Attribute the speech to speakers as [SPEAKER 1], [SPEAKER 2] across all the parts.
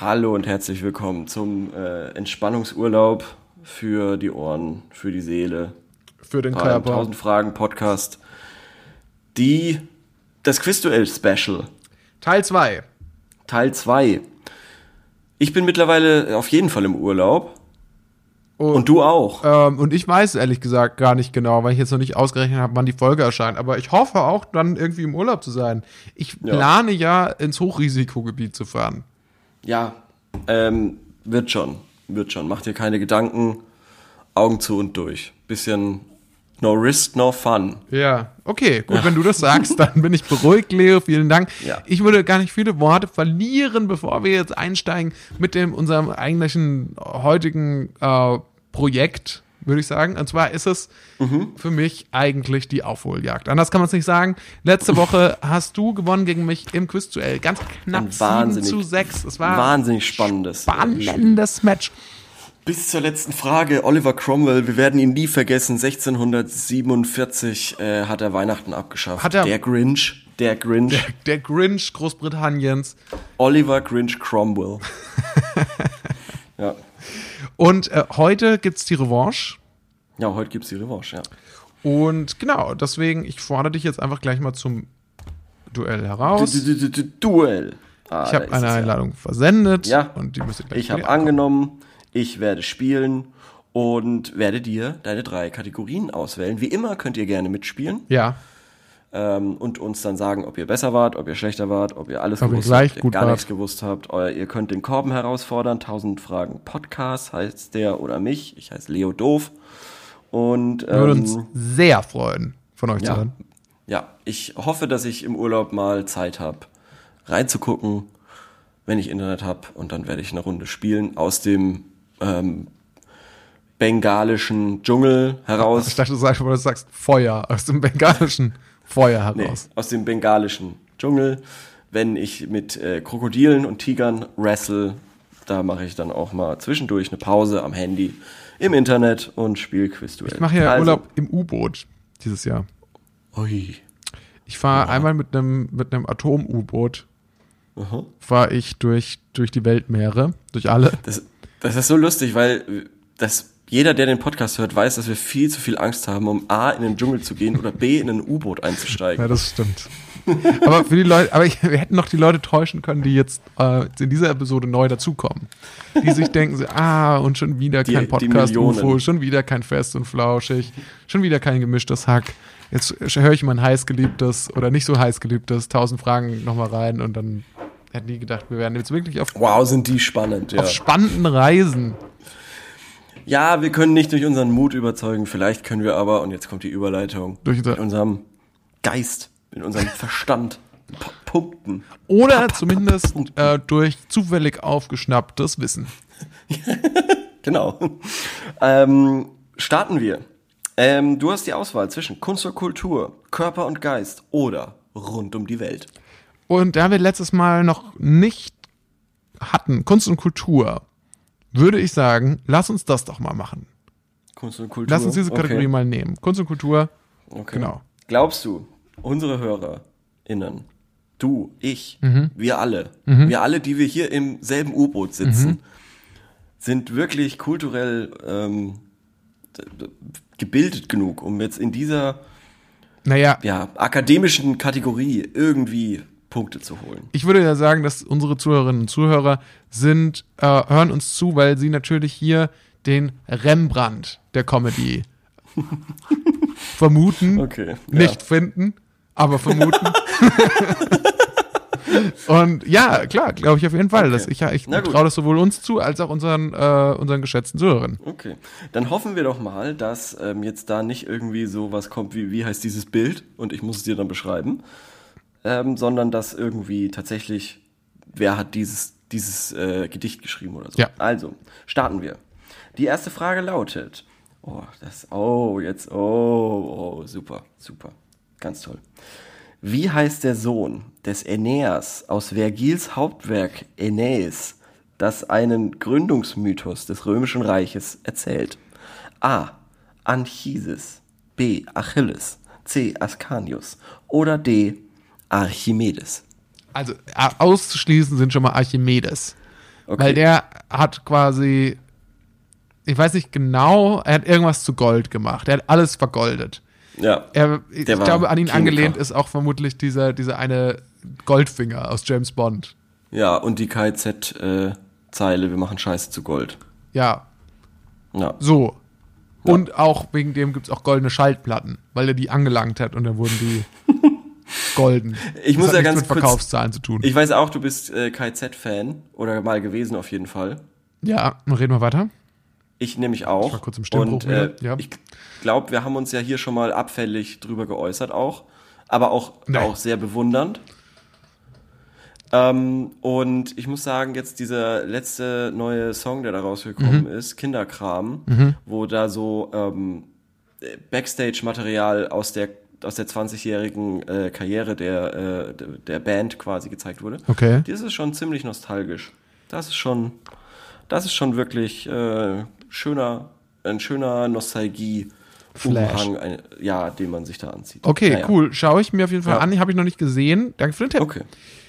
[SPEAKER 1] Hallo und herzlich willkommen zum äh, Entspannungsurlaub für die Ohren, für die Seele.
[SPEAKER 2] Für den
[SPEAKER 1] beim
[SPEAKER 2] Körper.
[SPEAKER 1] 1000 Fragen Podcast. Die das Quizduell Special
[SPEAKER 2] Teil 2.
[SPEAKER 1] Teil 2. Ich bin mittlerweile auf jeden Fall im Urlaub
[SPEAKER 2] Oh.
[SPEAKER 1] und du auch.
[SPEAKER 2] Ähm, und ich weiß ehrlich gesagt gar nicht genau, weil ich jetzt noch nicht ausgerechnet habe, wann die Folge erscheint. Aber ich hoffe auch, dann irgendwie im Urlaub zu sein. Ich plane ja, ins Hochrisikogebiet zu fahren.
[SPEAKER 1] Ja, ähm, wird schon, wird schon. Mach dir keine Gedanken. Augen zu und durch. Bisschen no risk, no fun.
[SPEAKER 2] Ja, okay, gut, wenn du das sagst, dann bin ich beruhigt, Leo, vielen Dank.
[SPEAKER 1] Ja.
[SPEAKER 2] Ich würde gar nicht viele Worte verlieren, bevor wir jetzt einsteigen mit dem, unserem eigentlichen heutigen äh, Projekt, würde ich sagen. Und zwar ist es
[SPEAKER 1] Mhm.
[SPEAKER 2] für mich eigentlich die Aufholjagd. Anders kann man es nicht sagen. Letzte Woche hast du gewonnen gegen mich im Quizduell. Ganz knapp
[SPEAKER 1] Ein
[SPEAKER 2] 7
[SPEAKER 1] wahnsinnig-
[SPEAKER 2] zu 6. Es war
[SPEAKER 1] Wahnsinnig spannendes.
[SPEAKER 2] spannendes Match.
[SPEAKER 1] Bis zur letzten Frage. Oliver Cromwell, wir werden ihn nie vergessen. 1647 äh, hat er Weihnachten abgeschafft.
[SPEAKER 2] Hat er-
[SPEAKER 1] der Grinch. Der Grinch.
[SPEAKER 2] Der Grinch Großbritanniens.
[SPEAKER 1] Oliver Grinch Cromwell. ja.
[SPEAKER 2] Und äh, heute gibt's die Revanche.
[SPEAKER 1] ja, heute gibt's die Revanche, ja.
[SPEAKER 2] Und genau, deswegen, ich fordere dich jetzt einfach gleich mal zum Duell heraus.
[SPEAKER 1] Du- du- du- du- Duell. Ah,
[SPEAKER 2] Ich
[SPEAKER 1] da
[SPEAKER 2] habe
[SPEAKER 1] ist
[SPEAKER 2] eine
[SPEAKER 1] es ja.
[SPEAKER 2] Einladung versendet
[SPEAKER 1] Ja.
[SPEAKER 2] und die müsst ihr gleich
[SPEAKER 1] Ich habe
[SPEAKER 2] wieder ankommen.
[SPEAKER 1] angenommen, ich werde spielen und werde dir deine drei Kategorien auswählen. Wie immer könnt ihr gerne mitspielen
[SPEAKER 2] Ja,
[SPEAKER 1] ähm, und uns dann sagen, ob ihr besser wart, ob ihr schlechter wart, ob ihr alles
[SPEAKER 2] Ob ihr
[SPEAKER 1] gewusst
[SPEAKER 2] gleich
[SPEAKER 1] habt, ob
[SPEAKER 2] gut
[SPEAKER 1] ihr gar
[SPEAKER 2] wart.
[SPEAKER 1] nichts gewusst habt. Euer, ihr könnt den Korben herausfordern. 1000 Fragen Podcast heißt der oder mich. Ich heiße Leo Doof. Und
[SPEAKER 2] würde
[SPEAKER 1] ähm,
[SPEAKER 2] uns sehr freuen, von euch zu
[SPEAKER 1] ja,
[SPEAKER 2] hören.
[SPEAKER 1] ja, ich hoffe, dass ich im Urlaub mal Zeit habe, reinzugucken, wenn ich Internet habe. Und dann werde ich eine Runde spielen aus dem ähm, bengalischen Dschungel
[SPEAKER 2] Ich
[SPEAKER 1] heraus.
[SPEAKER 2] dachte, du sagst, aber du sagst Feuer aus dem bengalischen Feuer
[SPEAKER 1] Nee,
[SPEAKER 2] heraus.
[SPEAKER 1] aus dem bengalischen Dschungel. Wenn ich mit äh, Krokodilen und Tigern wrestle, da mache ich dann auch mal zwischendurch eine Pause am Handy, im Internet und spiele Quizduell.
[SPEAKER 2] Ich mache ja
[SPEAKER 1] Also-
[SPEAKER 2] Urlaub im U-Boot dieses Jahr.
[SPEAKER 1] Ui.
[SPEAKER 2] Ich fahre einmal mit einem mit einem Atom-U-Boot
[SPEAKER 1] Aha.
[SPEAKER 2] fahre ich durch durch die Weltmeere, durch alle.
[SPEAKER 1] Das, das ist so lustig, weil das, jeder, der den Podcast hört, weiß, dass wir viel zu viel Angst haben, um A, in den Dschungel zu gehen oder B, in ein U-Boot einzusteigen.
[SPEAKER 2] Ja, das stimmt. aber für die Leute, aber ich, wir hätten noch die Leute täuschen können, die jetzt äh, in dieser Episode neu dazukommen. Die sich denken so, ah, und schon wieder
[SPEAKER 1] Die-
[SPEAKER 2] kein
[SPEAKER 1] die
[SPEAKER 2] Podcast UFO,
[SPEAKER 1] Millionen.
[SPEAKER 2] schon wieder kein Fest und Flauschig, schon wieder kein gemischtes Hack. Jetzt höre ich mein heißgeliebtes oder nicht so heißgeliebtes, tausend Fragen nochmal rein und dann hätten die gedacht, wir wären jetzt wirklich auf,
[SPEAKER 1] Wow, sind die spannend, ja.
[SPEAKER 2] auf spannenden Reisen.
[SPEAKER 1] Ja, wir können nicht durch unseren Mut überzeugen, vielleicht können wir aber, und jetzt kommt die Überleitung,
[SPEAKER 2] Durch unser-
[SPEAKER 1] mit unserem Geist, mit unserem Verstand p- punkten.
[SPEAKER 2] Oder zumindest äh, durch zufällig aufgeschnapptes Wissen.
[SPEAKER 1] Genau. Ähm, starten wir. Ähm, du hast die Auswahl zwischen Kunst und Kultur, Körper und Geist oder rund um die Welt.
[SPEAKER 2] Und da wir letztes Mal noch nicht hatten, Kunst und Kultur, würde ich sagen, lass uns das doch mal machen.
[SPEAKER 1] Kunst und Kultur.
[SPEAKER 2] Lass uns diese Kategorie mal nehmen. Kunst und Kultur,
[SPEAKER 1] Okay.
[SPEAKER 2] Genau.
[SPEAKER 1] Glaubst du, unsere HörerInnen, du, ich, wir alle, wir alle, die wir hier im selben U-Boot sitzen, sind wirklich kulturell ähm, d- d- gebildet genug, um jetzt in dieser
[SPEAKER 2] naja,
[SPEAKER 1] ja, akademischen Kategorie irgendwie Punkte zu holen?
[SPEAKER 2] ich würde ja sagen, dass unsere Zuhörerinnen und Zuhörer sind, äh, hören uns zu, weil sie natürlich hier den Rembrandt der Comedy vermuten,
[SPEAKER 1] Okay, ja.
[SPEAKER 2] nicht finden, aber vermuten. Und ja, klar, glaube ich auf jeden Fall. Das, ich ich
[SPEAKER 1] Na gut.
[SPEAKER 2] traue das sowohl uns zu, als auch unseren, äh, unseren geschätzten Zuhörern.
[SPEAKER 1] Okay, dann hoffen wir doch mal, dass ähm, jetzt da nicht irgendwie so was kommt wie, wie heißt dieses Bild und ich muss es dir dann beschreiben, ähm, sondern dass irgendwie tatsächlich, wer hat dieses, dieses äh, Gedicht geschrieben oder so.
[SPEAKER 2] Ja.
[SPEAKER 1] Also, starten wir. Die erste Frage lautet, oh, das, oh, jetzt, oh, oh, super, super, ganz toll. Wie heißt der Sohn des Aeneas aus Vergils Hauptwerk Aeneis, das einen Gründungsmythos des Römischen Reiches erzählt? A. Anchises, B. Achilles, C. Ascanius oder D. Archimedes.
[SPEAKER 2] äh, Also a- auszuschließen sind schon mal Archimedes.
[SPEAKER 1] Okay.
[SPEAKER 2] Weil der hat quasi, ich weiß nicht genau, er hat irgendwas zu Gold gemacht. Er hat alles vergoldet.
[SPEAKER 1] ja.
[SPEAKER 2] Er, ich
[SPEAKER 1] Der war
[SPEAKER 2] glaube, an ihn
[SPEAKER 1] Chemiker.
[SPEAKER 2] angelehnt ist auch vermutlich dieser, dieser eine Goldfinger aus James Bond.
[SPEAKER 1] ja, und die KZ-Zeile, wir machen Scheiße zu Gold.
[SPEAKER 2] Ja,
[SPEAKER 1] Ja.
[SPEAKER 2] so. Und auch wegen dem gibt's auch goldene Schaltplatten, weil er die angelangt hat und dann wurden die golden.
[SPEAKER 1] Ich muss
[SPEAKER 2] hat
[SPEAKER 1] ja
[SPEAKER 2] nichts
[SPEAKER 1] ganz
[SPEAKER 2] mit
[SPEAKER 1] kurz-
[SPEAKER 2] Verkaufszahlen zu tun.
[SPEAKER 1] Ich weiß auch, du bist äh, KZ-Fan oder mal gewesen auf jeden Fall.
[SPEAKER 2] ja, reden wir weiter.
[SPEAKER 1] Ich nämlich auch.
[SPEAKER 2] war kurz im Stimmbruch
[SPEAKER 1] Und, äh,
[SPEAKER 2] wieder, ja.
[SPEAKER 1] Ich glaube, wir haben uns ja hier schon mal abfällig drüber geäußert auch, aber auch,
[SPEAKER 2] Nein.
[SPEAKER 1] auch sehr bewundernd. Ähm, und ich muss sagen, jetzt dieser letzte neue Song, der da rausgekommen
[SPEAKER 2] Mhm.
[SPEAKER 1] ist, Kinderkram, wo da so ähm, Backstage-Material aus der aus der 20-jährigen äh, Karriere der, äh, der- der Band quasi gezeigt wurde.
[SPEAKER 2] Okay.
[SPEAKER 1] Das ist schon ziemlich nostalgisch. Das ist schon, das ist schon wirklich äh, schöner, ein schöner Nostalgie.
[SPEAKER 2] Flash.
[SPEAKER 1] Umhang, ein, ja, den man sich da anzieht.
[SPEAKER 2] Okay,
[SPEAKER 1] Naja.
[SPEAKER 2] cool. Schaue ich mir auf jeden Fall
[SPEAKER 1] Ja.
[SPEAKER 2] an. Habe ich noch nicht gesehen. Danke für den Tipp.
[SPEAKER 1] Okay,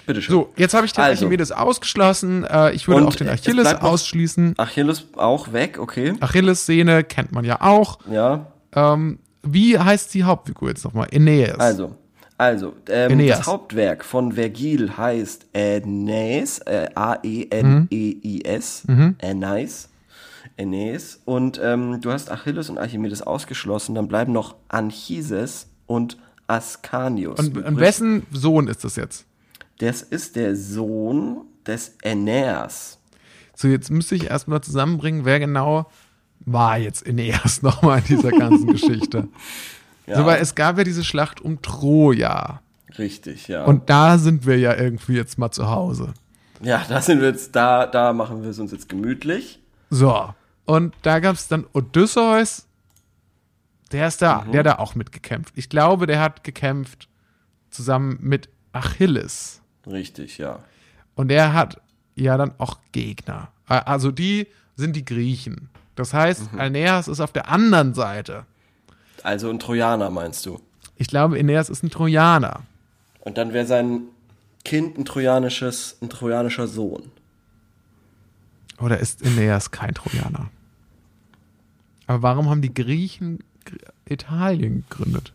[SPEAKER 1] bitteschön.
[SPEAKER 2] So, jetzt habe ich den
[SPEAKER 1] Also.
[SPEAKER 2] Archimedes ausgeschlossen. Äh, ich würde
[SPEAKER 1] Und
[SPEAKER 2] auch den
[SPEAKER 1] es
[SPEAKER 2] Achilles
[SPEAKER 1] bleibt noch-
[SPEAKER 2] ausschließen.
[SPEAKER 1] Achilles auch weg, okay.
[SPEAKER 2] Achilles-Szene kennt man ja auch.
[SPEAKER 1] Ja,
[SPEAKER 2] Ähm, wie heißt die Hauptfigur jetzt nochmal? Aeneas.
[SPEAKER 1] also. Also, ähm,
[SPEAKER 2] Aeneas.
[SPEAKER 1] das Hauptwerk von Vergil heißt Aeneas, äh, E A-E-N-E-I-S,
[SPEAKER 2] Mhm.
[SPEAKER 1] Aeneas, Aeneas. Und ähm, du hast Achilles und Archimedes ausgeschlossen, dann bleiben noch Anchises und Ascanius.
[SPEAKER 2] und,
[SPEAKER 1] übrig.
[SPEAKER 2] und wessen Sohn ist das jetzt?
[SPEAKER 1] Das ist der Sohn des Aeneas.
[SPEAKER 2] So, jetzt müsste ich erstmal zusammenbringen, wer genau war jetzt Aeneas nochmal in dieser ganzen Geschichte.
[SPEAKER 1] Ja,
[SPEAKER 2] So, weil es gab ja diese Schlacht um Troja.
[SPEAKER 1] richtig, ja.
[SPEAKER 2] Und da sind wir ja irgendwie jetzt mal zu Hause.
[SPEAKER 1] ja, da sind wir jetzt, da, da machen wir es uns jetzt gemütlich.
[SPEAKER 2] So. Und da gab es dann Odysseus. Der ist da, der hat da auch mitgekämpft. Ich glaube, der hat gekämpft zusammen mit Achilles.
[SPEAKER 1] Richtig, ja.
[SPEAKER 2] Und der hat ja dann auch Gegner. Äh, Also die sind die Griechen. Das heißt, Aeneas ist auf der anderen Seite.
[SPEAKER 1] Also ein Trojaner meinst du?
[SPEAKER 2] Ich glaube, Aeneas ist ein Trojaner.
[SPEAKER 1] Und dann wäre sein Kind ein trojanisches, ein trojanischer Sohn.
[SPEAKER 2] Oder ist Aeneas kein Trojaner? Aber warum haben die Griechen Gr- Italien gegründet?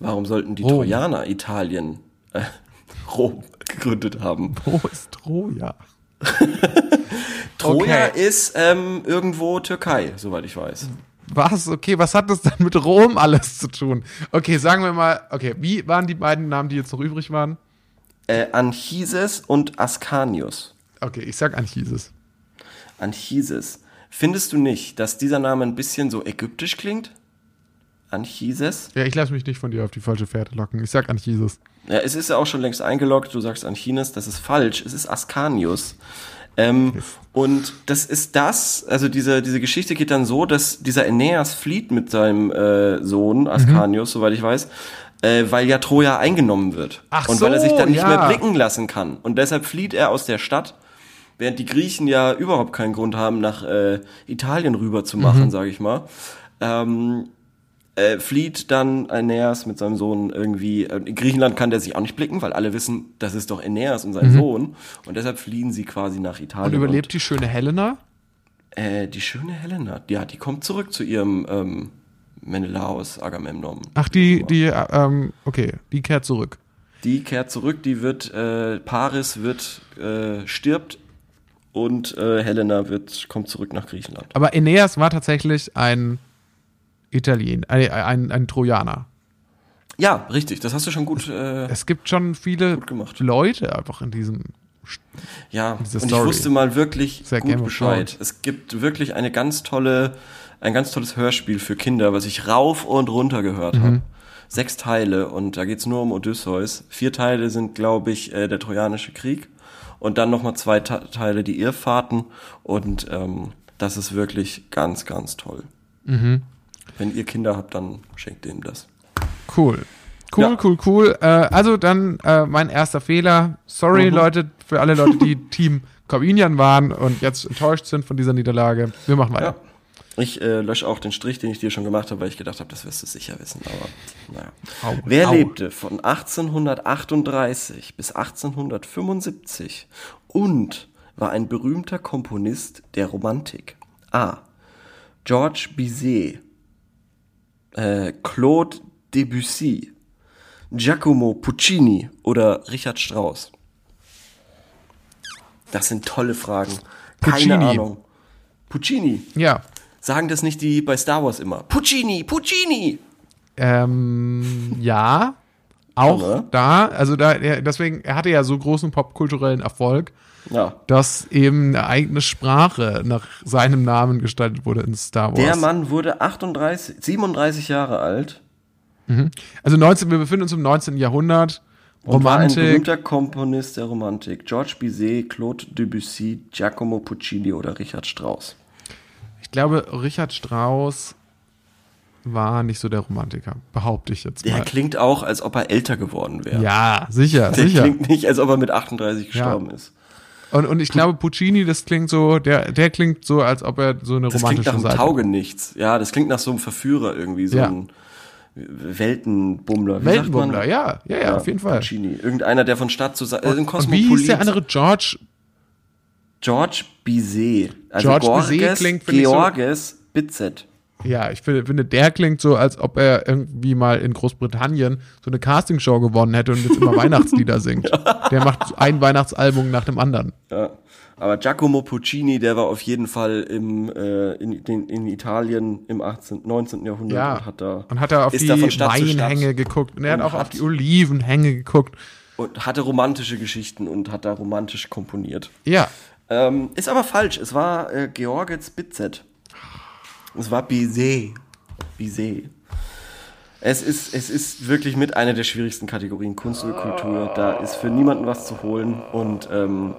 [SPEAKER 1] Warum sollten die
[SPEAKER 2] Rom.
[SPEAKER 1] Trojaner Italien, äh, Rom gegründet haben?
[SPEAKER 2] Wo ist Troja?
[SPEAKER 1] Troja
[SPEAKER 2] Okay.
[SPEAKER 1] ist ähm, irgendwo Türkei, soweit ich weiß.
[SPEAKER 2] Was? Okay, was hat das dann mit Rom alles zu tun? Okay, sagen wir mal, okay, wie waren die beiden Namen, die jetzt noch übrig waren?
[SPEAKER 1] Äh, Anchises und Ascanius.
[SPEAKER 2] Okay, ich sag Anchises.
[SPEAKER 1] Anchises. Findest du nicht, dass dieser Name ein bisschen so ägyptisch klingt? Anchises?
[SPEAKER 2] Ja, ich lasse mich nicht von dir auf die falsche Fährte locken. Ich sag Anchises.
[SPEAKER 1] Ja, es ist ja auch schon längst eingeloggt, du sagst Anchines, das ist falsch, es ist Ascanius. Ähm, und das ist das, also diese, diese Geschichte geht dann so, dass dieser Aeneas flieht mit seinem äh,
[SPEAKER 2] Mhm.
[SPEAKER 1] Sohn Ascanius, soweit ich weiß, äh, weil ja Troja eingenommen wird.
[SPEAKER 2] Ach
[SPEAKER 1] und weil er sich
[SPEAKER 2] so,
[SPEAKER 1] dann nicht
[SPEAKER 2] ja.
[SPEAKER 1] mehr blicken lassen kann. Und deshalb flieht er aus der Stadt, während die Griechen ja überhaupt keinen Grund haben, nach äh, Italien rüber zu machen,
[SPEAKER 2] Mhm.
[SPEAKER 1] sage ich mal. Ähm, äh, flieht dann Aeneas mit seinem Sohn irgendwie. äh, In Griechenland kann der sich auch nicht blicken, weil alle wissen, das ist doch Aeneas und sein Sohn. Und deshalb fliehen sie quasi nach Italien.
[SPEAKER 2] Mhm. Und überlebt die schöne Helena?
[SPEAKER 1] Und, äh, die schöne Helena, ja, die kommt zurück zu ihrem ähm, Menelaus Agamemnon.
[SPEAKER 2] Ach, die, die, äh, ähm, okay, die kehrt zurück.
[SPEAKER 1] Die kehrt zurück, die wird, äh, Paris wird, äh, stirbt und äh, Helena wird, kommt zurück nach Griechenland.
[SPEAKER 2] Aber Aeneas war tatsächlich ein Italien, ein, ein, ein Trojaner.
[SPEAKER 1] Ja, richtig, das hast du schon gut, äh,
[SPEAKER 2] Es gibt schon viele
[SPEAKER 1] gemacht.
[SPEAKER 2] Leute einfach in diesem. St-
[SPEAKER 1] Ja, und
[SPEAKER 2] Diese
[SPEAKER 1] ich
[SPEAKER 2] Story.
[SPEAKER 1] wusste mal wirklich
[SPEAKER 2] Sehr Game
[SPEAKER 1] gut
[SPEAKER 2] of
[SPEAKER 1] Bescheid.
[SPEAKER 2] Thrones.
[SPEAKER 1] Es gibt wirklich eine ganz tolle, ein ganz tolles Hörspiel für Kinder, was ich rauf und runter gehört
[SPEAKER 2] Mhm.
[SPEAKER 1] habe. Sechs Teile und da geht's nur um Odysseus. Vier Teile sind, glaube ich, äh, der Trojanische Krieg und dann nochmal zwei Ta Teile die Irrfahrten und ähm, das ist wirklich ganz, ganz toll.
[SPEAKER 2] Mhm.
[SPEAKER 1] Wenn ihr Kinder habt, dann schenkt denen das.
[SPEAKER 2] Cool. Cool,
[SPEAKER 1] Ja.
[SPEAKER 2] cool, cool. Äh, also dann äh, mein erster Fehler. Sorry,
[SPEAKER 1] Mhm.
[SPEAKER 2] Leute, für alle Leute, die Team Corvinian waren und jetzt enttäuscht sind von dieser Niederlage. Wir machen
[SPEAKER 1] Ja.
[SPEAKER 2] weiter.
[SPEAKER 1] Ich äh, lösche auch den Strich, den ich dir schon gemacht habe, weil ich gedacht habe, das wirst du sicher wissen. Aber naja.
[SPEAKER 2] Au,
[SPEAKER 1] Wer
[SPEAKER 2] au.
[SPEAKER 1] lebte von 1838 bis 1875 und war ein berühmter Komponist der Romantik? A. Georges Bizet, äh, Claude Debussy, Giacomo Puccini oder Richard Strauss? Das sind tolle Fragen. Keine
[SPEAKER 2] Puccini.
[SPEAKER 1] Ahnung. Puccini.
[SPEAKER 2] Ja.
[SPEAKER 1] Sagen das nicht die bei Star Wars immer. Puccini, Puccini!
[SPEAKER 2] Ähm, ja. Auch
[SPEAKER 1] Oder?
[SPEAKER 2] da, also da, er- deswegen, er hatte ja so großen popkulturellen Erfolg,
[SPEAKER 1] Ja.
[SPEAKER 2] dass eben eine eigene Sprache nach seinem Namen gestaltet wurde in Star Wars.
[SPEAKER 1] Der Mann wurde 38, 37 Jahre alt.
[SPEAKER 2] Also 19, wir befinden uns im 19. Jahrhundert.
[SPEAKER 1] und War ein
[SPEAKER 2] Romantik.
[SPEAKER 1] berühmter Komponist der Romantik. Georges Bizet, Claude Debussy, Giacomo Puccini oder Richard Strauss.
[SPEAKER 2] Ich glaube, Richard Strauss war nicht so der Romantiker, behaupte ich jetzt
[SPEAKER 1] Der
[SPEAKER 2] mal.
[SPEAKER 1] klingt auch, als ob er älter geworden wäre.
[SPEAKER 2] Ja, sicher,
[SPEAKER 1] Der
[SPEAKER 2] sicher.
[SPEAKER 1] klingt nicht, als ob er mit 38 gestorben ist.
[SPEAKER 2] Und, und ich glaube, Puccini, das klingt so, der, der klingt so, als ob er so eine
[SPEAKER 1] Das klingt
[SPEAKER 2] romantische
[SPEAKER 1] nach einem
[SPEAKER 2] Seite.
[SPEAKER 1] Taugenichts. Ja, das klingt nach so einem Verführer irgendwie, so
[SPEAKER 2] Ja.
[SPEAKER 1] einem Weltenbummler. Wie sagt man?
[SPEAKER 2] Weltenbummler, ja, ja, ja, auf jeden Fall.
[SPEAKER 1] Puccini. Irgendeiner, der von Stadt zu Stadt, äh, ein
[SPEAKER 2] Und wie
[SPEAKER 1] Kosmopolit.
[SPEAKER 2] hieß der andere George?
[SPEAKER 1] George Bizet. Also
[SPEAKER 2] George
[SPEAKER 1] Georges
[SPEAKER 2] Bizet klingt, finde ich, so-
[SPEAKER 1] Georges Bizet.
[SPEAKER 2] Ja, ich finde, finde, der klingt so, als ob er irgendwie mal in Großbritannien so eine Castingshow gewonnen hätte und jetzt immer Weihnachtslieder singt. Der macht ein Weihnachtsalbum nach dem anderen.
[SPEAKER 1] Ja. Aber Giacomo Puccini, der war auf jeden Fall im, äh, in, den, in Italien im 18., 19. Jahrhundert
[SPEAKER 2] Ja.
[SPEAKER 1] und hat da,
[SPEAKER 2] Und hat er auf
[SPEAKER 1] ist
[SPEAKER 2] die
[SPEAKER 1] da von Stadt zu Stadt
[SPEAKER 2] Weinhänge geguckt. Und er hat
[SPEAKER 1] Und
[SPEAKER 2] auch auf
[SPEAKER 1] hat-
[SPEAKER 2] die Olivenhänge geguckt.
[SPEAKER 1] und hatte romantische Geschichten und hat da romantisch komponiert.
[SPEAKER 2] Ja.
[SPEAKER 1] Ähm, ist aber falsch. Es war äh, Georges Bizet. Es war Bizet. Bizet. Es ist, es ist wirklich mit einer der schwierigsten Kategorien Kunst oder Kultur. Da ist für niemanden was zu holen und ähm,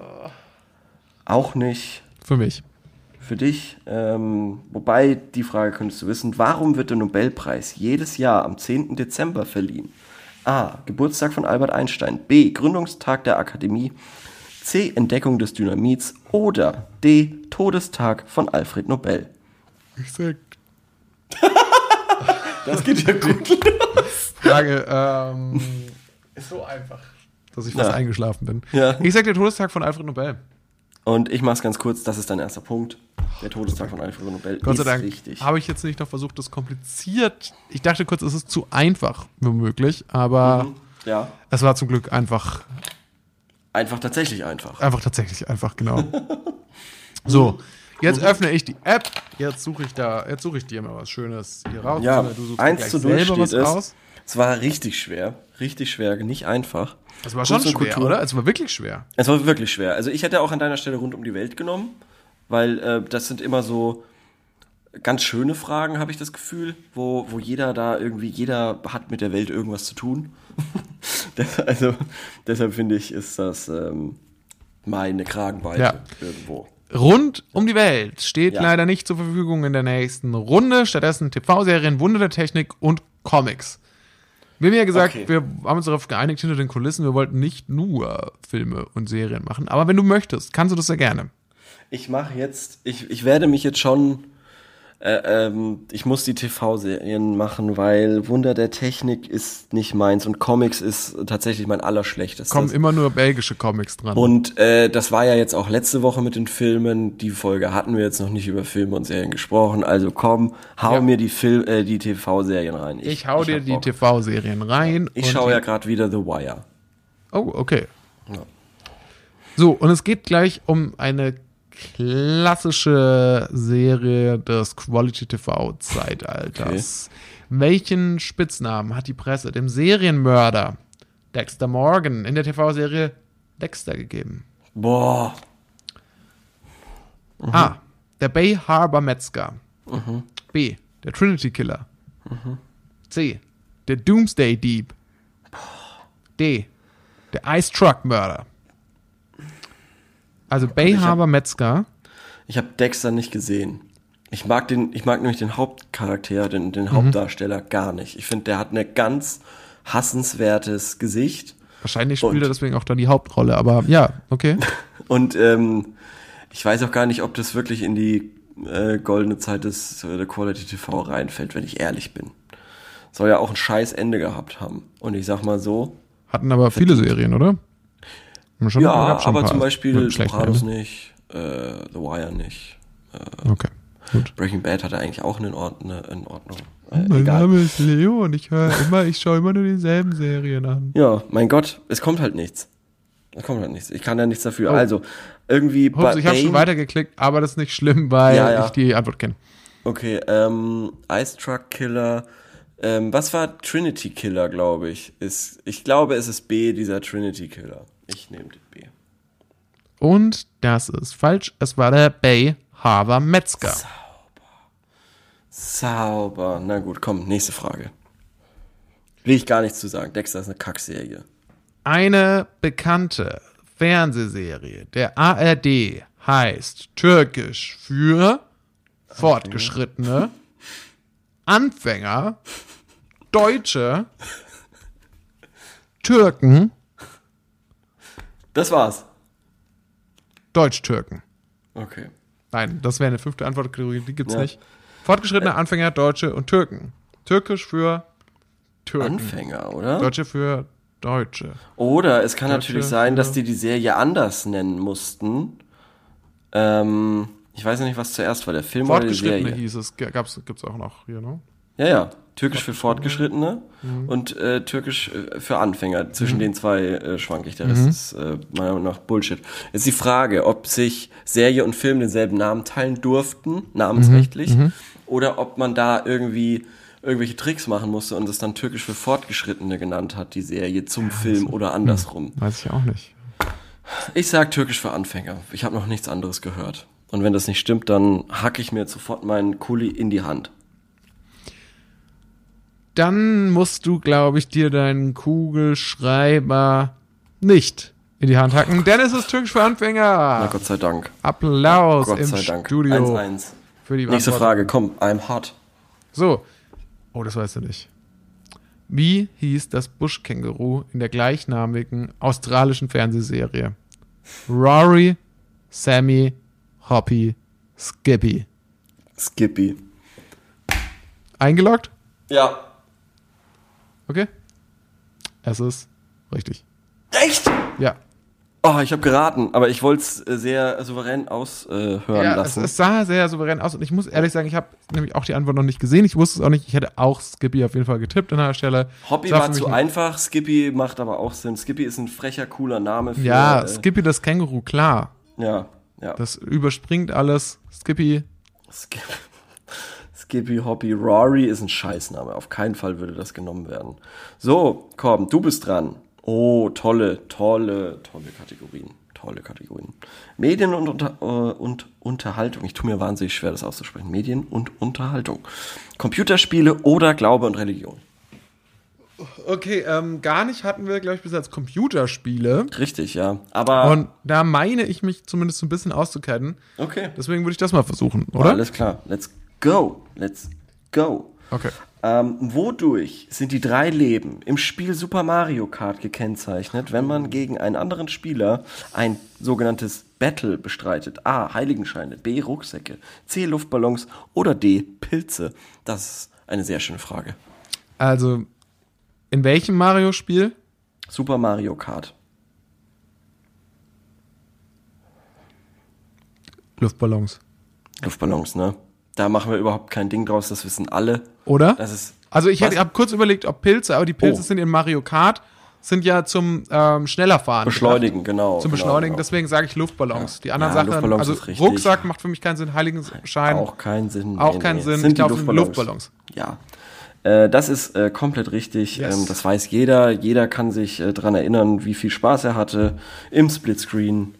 [SPEAKER 1] auch nicht
[SPEAKER 2] Für mich.
[SPEAKER 1] für dich. Ähm, wobei, die Frage könntest du wissen, warum wird der Nobelpreis jedes Jahr am 10. Dezember verliehen? A. Geburtstag von Albert Einstein. B. Gründungstag der Akademie. C. Entdeckung des Dynamits. Oder D. Todestag von Alfred Nobel.
[SPEAKER 2] Ich sag,
[SPEAKER 1] Das geht ja gut.
[SPEAKER 2] Frage, ähm, ist so einfach. Dass ich fast
[SPEAKER 1] Ja.
[SPEAKER 2] eingeschlafen bin.
[SPEAKER 1] Ja.
[SPEAKER 2] Ich sag der Todestag von Alfred Nobel.
[SPEAKER 1] Und ich mach's ganz kurz, das ist dein erster Punkt. Der Todestag von Alfred Nobel
[SPEAKER 2] Gott sei
[SPEAKER 1] ist
[SPEAKER 2] Dank
[SPEAKER 1] richtig.
[SPEAKER 2] habe ich jetzt nicht noch versucht, das kompliziert. Ich dachte kurz, es ist zu einfach wie möglich, aber
[SPEAKER 1] Mhm. Ja,
[SPEAKER 2] es war zum Glück einfach,
[SPEAKER 1] einfach tatsächlich einfach.
[SPEAKER 2] einfach tatsächlich einfach, genau. so, jetzt öffne ich die App. Jetzt suche ich da, jetzt suche ich dir mal was Schönes hier raus.
[SPEAKER 1] Ja,
[SPEAKER 2] oder du suchst dir
[SPEAKER 1] 1
[SPEAKER 2] gleich
[SPEAKER 1] zu 0
[SPEAKER 2] selber
[SPEAKER 1] steht
[SPEAKER 2] was
[SPEAKER 1] es.
[SPEAKER 2] raus.
[SPEAKER 1] Es war richtig schwer. Richtig schwer, nicht einfach.
[SPEAKER 2] Das war schon
[SPEAKER 1] Kunst
[SPEAKER 2] schwer,
[SPEAKER 1] und Kultur.
[SPEAKER 2] oder? Es war wirklich schwer.
[SPEAKER 1] Es war wirklich schwer. Also ich hätte auch an deiner Stelle rund um die Welt genommen, weil äh, das sind immer so ganz schöne Fragen, habe ich das Gefühl, wo, wo jeder da irgendwie, jeder hat mit der Welt irgendwas zu tun. das, also deshalb finde ich, ist das ähm, meine Kragenweite
[SPEAKER 2] Ja.
[SPEAKER 1] irgendwo.
[SPEAKER 2] Rund um die Welt steht
[SPEAKER 1] Ja.
[SPEAKER 2] leider nicht zur Verfügung in der nächsten Runde. Stattdessen TV-Serien, Wunder der Technik und Comics. Wir haben ja gesagt,
[SPEAKER 1] Okay.
[SPEAKER 2] wir haben uns darauf geeinigt hinter den Kulissen, wir wollten nicht nur Filme und Serien machen. Aber wenn du möchtest, kannst du das sehr gerne.
[SPEAKER 1] Ich mache jetzt, ich, ich werde mich jetzt schon, äh, ähm, ich muss die TV-Serien machen, weil Wunder der Technik ist nicht meins und Comics ist tatsächlich mein allerschlechtestes.
[SPEAKER 2] Kommen immer nur belgische Comics dran.
[SPEAKER 1] Und äh, das war ja jetzt auch letzte Woche mit den Filmen. Die Folge hatten wir jetzt noch nicht über Filme und Serien gesprochen. Also komm, hau
[SPEAKER 2] Ja.
[SPEAKER 1] mir die, Film- äh, die TV-Serien rein.
[SPEAKER 2] ich hau dir
[SPEAKER 1] hab
[SPEAKER 2] die
[SPEAKER 1] Bock.
[SPEAKER 2] TV-Serien rein.
[SPEAKER 1] Ich
[SPEAKER 2] und-
[SPEAKER 1] schaue ja gerade wieder The Wire.
[SPEAKER 2] Oh, okay. So, und es geht gleich um eine klassische Serie des Quality TV-Zeitalters. Welchen Spitznamen hat die Presse dem Serienmörder Dexter Morgan in der TV-Serie Dexter gegeben?
[SPEAKER 1] Boah. Mhm.
[SPEAKER 2] A. Der Bay Harbor Metzger. B. Der Trinity Killer.
[SPEAKER 1] Mhm.
[SPEAKER 2] C. Der Doomsday Dieb. D. Der Ice Truck Mörder. Also Bay
[SPEAKER 1] hab-
[SPEAKER 2] Harbor Metzger.
[SPEAKER 1] Ich habe Dexter nicht gesehen. Ich mag den, ich mag nämlich den Hauptcharakter, den,
[SPEAKER 2] Mhm.
[SPEAKER 1] den Hauptdarsteller gar nicht. Ich finde, der hat ein ganz hassenswertes Gesicht.
[SPEAKER 2] Wahrscheinlich spielt
[SPEAKER 1] Und-
[SPEAKER 2] er deswegen auch dann die Hauptrolle, aber ja, okay.
[SPEAKER 1] Und ähm, ich weiß auch gar nicht, ob das wirklich in die äh, goldene Zeit des äh, der Quality TV reinfällt, wenn ich ehrlich bin. Soll ja auch ein scheiß Ende gehabt haben. Und ich sag mal so,
[SPEAKER 2] Hatten aber viele Serien, oder? Schon-
[SPEAKER 1] Ja,
[SPEAKER 2] gab's schon ein
[SPEAKER 1] aber
[SPEAKER 2] paar
[SPEAKER 1] zum Beispiel
[SPEAKER 2] mit schlechten
[SPEAKER 1] Sopranos ne?
[SPEAKER 2] Enden.
[SPEAKER 1] nicht, äh, The Wire nicht.
[SPEAKER 2] Okay, gut.
[SPEAKER 1] Breaking Bad hatte eigentlich auch einen Ord eine in Ordnung. Äh,
[SPEAKER 2] Mein
[SPEAKER 1] egal.
[SPEAKER 2] Name ist Leo und ich höre immer, ich schaue immer nur dieselben Serien an.
[SPEAKER 1] Ja, mein Gott, es kommt halt nichts. Es kommt halt nichts. Ich kann ja nichts dafür. Also, irgendwie
[SPEAKER 2] Ups, Oh. ich habe schon
[SPEAKER 1] Bane-
[SPEAKER 2] weitergeklickt, aber das ist nicht schlimm, weil
[SPEAKER 1] Ja, ja.
[SPEAKER 2] ich die Antwort kenne.
[SPEAKER 1] Okay, ähm, Ice Truck Killer. Ähm, was war Trinity Killer, glaube ich? Ist, ich glaube, es ist B, dieser Trinity Killer. Ich nehme den B.
[SPEAKER 2] Und das ist falsch. Es war der Bay Harbor Metzger.
[SPEAKER 1] Sauber. Na gut, komm, nächste Frage. Will ich gar nichts zu sagen. Dexter ist eine Kackserie.
[SPEAKER 2] Eine bekannte Fernsehserie der ARD heißt Türkisch für fortgeschrittene Anfänger, Deutsche, Türken,
[SPEAKER 1] Das war's.
[SPEAKER 2] Deutsch-Türken.
[SPEAKER 1] Okay.
[SPEAKER 2] Nein, das wäre eine fünfte Antwortkategorie, die gibt's
[SPEAKER 1] Ja. Äh.
[SPEAKER 2] nicht. Fortgeschrittene Anfänger, Deutsche und Türken. Türkisch für Türken.
[SPEAKER 1] Anfänger, oder?
[SPEAKER 2] Deutsche für Deutsche.
[SPEAKER 1] Oder es kann
[SPEAKER 2] Deutsche,
[SPEAKER 1] natürlich sein, dass
[SPEAKER 2] ja.
[SPEAKER 1] die die Serie anders nennen mussten. Ähm, ich weiß ja nicht, was zuerst war, der Film oder die
[SPEAKER 2] Fortgeschrittene
[SPEAKER 1] Serie.
[SPEAKER 2] hieß es, G- gab's, gibt's auch noch, hier, ne?
[SPEAKER 1] Ja, ja. Türkisch für Fortgeschrittene
[SPEAKER 2] Mhm.
[SPEAKER 1] und äh, Türkisch äh, für Anfänger. Zwischen den zwei äh, schwank ich. Der
[SPEAKER 2] Mhm.
[SPEAKER 1] Rest ist äh, meiner Meinung nach Bullshit. Ist die Frage, ob sich Serie und Film denselben Namen teilen durften, namensrechtlich,
[SPEAKER 2] Mhm.
[SPEAKER 1] oder ob man da irgendwie irgendwelche Tricks machen musste und es dann Türkisch für Fortgeschrittene genannt hat, die Serie zum Film
[SPEAKER 2] also,
[SPEAKER 1] oder andersrum.
[SPEAKER 2] Weiß ich auch nicht.
[SPEAKER 1] Ich sag Türkisch für Anfänger. Ich habe noch nichts anderes gehört. Und wenn das nicht stimmt, dann hacke ich mir jetzt sofort meinen Kuli in die Hand.
[SPEAKER 2] Dann musst du, glaube ich, dir deinen Kugelschreiber nicht in die Hand hacken, denn es ist Türkisch für
[SPEAKER 1] Na
[SPEAKER 2] Anfänger.
[SPEAKER 1] Gott sei Dank.
[SPEAKER 2] Applaus
[SPEAKER 1] Gott
[SPEAKER 2] im
[SPEAKER 1] sei Dank.
[SPEAKER 2] Studio
[SPEAKER 1] 1-1.
[SPEAKER 2] für die
[SPEAKER 1] Nächste
[SPEAKER 2] Beantwortung.
[SPEAKER 1] Frage, komm, I'm hot.
[SPEAKER 2] So. Oh, das weißt du nicht. Wie hieß das Buschkänguru in der gleichnamigen australischen Fernsehserie? Rory, Sammy, Hoppy, Skippy.
[SPEAKER 1] Skippy.
[SPEAKER 2] Eingeloggt?
[SPEAKER 1] Ja.
[SPEAKER 2] Okay. Es ist richtig.
[SPEAKER 1] Echt?
[SPEAKER 2] Ja.
[SPEAKER 1] Oh, ich habe geraten, aber ich wollte es sehr souverän aushören äh, hören
[SPEAKER 2] ja es,
[SPEAKER 1] lassen.
[SPEAKER 2] es sah sehr souverän aus und ich muss ehrlich sagen, ich habe nämlich auch die Antwort noch nicht gesehen. Ich wusste es auch nicht. Ich hätte auch Skippy auf jeden Fall getippt an der Stelle.
[SPEAKER 1] Hobby
[SPEAKER 2] Es war
[SPEAKER 1] war
[SPEAKER 2] für
[SPEAKER 1] zu
[SPEAKER 2] mich ein-
[SPEAKER 1] einfach, Skippy macht aber auch Sinn. Skippy ist ein frecher, cooler Name für.
[SPEAKER 2] Ja,
[SPEAKER 1] äh,
[SPEAKER 2] Skippy das Känguru, klar.
[SPEAKER 1] ja, ja.
[SPEAKER 2] Das überspringt alles. Skippy
[SPEAKER 1] Skip Skippy Hoppy Rory ist ein Scheißname. Auf keinen Fall würde das genommen werden. So, komm, du bist dran. Oh, tolle, tolle, tolle Kategorien. Tolle Kategorien. Medien und, unter, äh, und Unterhaltung. Ich tue mir wahnsinnig schwer, das auszusprechen. Medien und Unterhaltung. Computerspiele oder Glaube und Religion.
[SPEAKER 2] Okay, ähm, gar nicht hatten wir, glaube ich, bis jetzt Computerspiele.
[SPEAKER 1] Richtig, ja. Aber
[SPEAKER 2] Und da meine ich mich zumindest so ein bisschen auszukennen.
[SPEAKER 1] okay.
[SPEAKER 2] Deswegen würde ich das mal versuchen, oder?
[SPEAKER 1] Alles klar. Let's go. Let's go.
[SPEAKER 2] Okay.
[SPEAKER 1] Ähm, wodurch sind die drei Leben im Spiel Super Mario Kart gekennzeichnet, wenn man gegen einen anderen Spieler ein sogenanntes Battle bestreitet? A. Heiligenscheine, B. Rucksäcke, C. Luftballons oder D. Pilze? Das ist eine sehr schöne Frage.
[SPEAKER 2] Also, in welchem Mario-Spiel?
[SPEAKER 1] Super Mario Kart.
[SPEAKER 2] Luftballons.
[SPEAKER 1] Luftballons, ne? Da machen wir überhaupt kein Ding draus, das wissen alle.
[SPEAKER 2] Oder?
[SPEAKER 1] Das ist.
[SPEAKER 2] also, ich
[SPEAKER 1] Was?
[SPEAKER 2] habe kurz überlegt, ob Pilze, aber die Pilze
[SPEAKER 1] Oh.
[SPEAKER 2] sind in Mario Kart, sind ja zum ähm, Schnellerfahren.
[SPEAKER 1] Beschleunigen,
[SPEAKER 2] gedacht.
[SPEAKER 1] genau,
[SPEAKER 2] Zum
[SPEAKER 1] genau,
[SPEAKER 2] Beschleunigen,
[SPEAKER 1] genau.
[SPEAKER 2] deswegen sage ich Luftballons. Die anderen
[SPEAKER 1] Ja,
[SPEAKER 2] Sachen,
[SPEAKER 1] Luftballons
[SPEAKER 2] also
[SPEAKER 1] ist richtig.
[SPEAKER 2] Rucksack macht für mich keinen Sinn, Heiligenschein.
[SPEAKER 1] Auch keinen Sinn.
[SPEAKER 2] Auch keinen Sinn.
[SPEAKER 1] Sind die
[SPEAKER 2] Ich glaub, sind
[SPEAKER 1] Luftballons.
[SPEAKER 2] Luftballons.
[SPEAKER 1] Ja. Äh, Das ist äh, komplett richtig.
[SPEAKER 2] Yes.
[SPEAKER 1] Ähm, das weiß jeder. Jeder kann sich äh, dran erinnern, wie viel Spaß er hatte im Splitscreen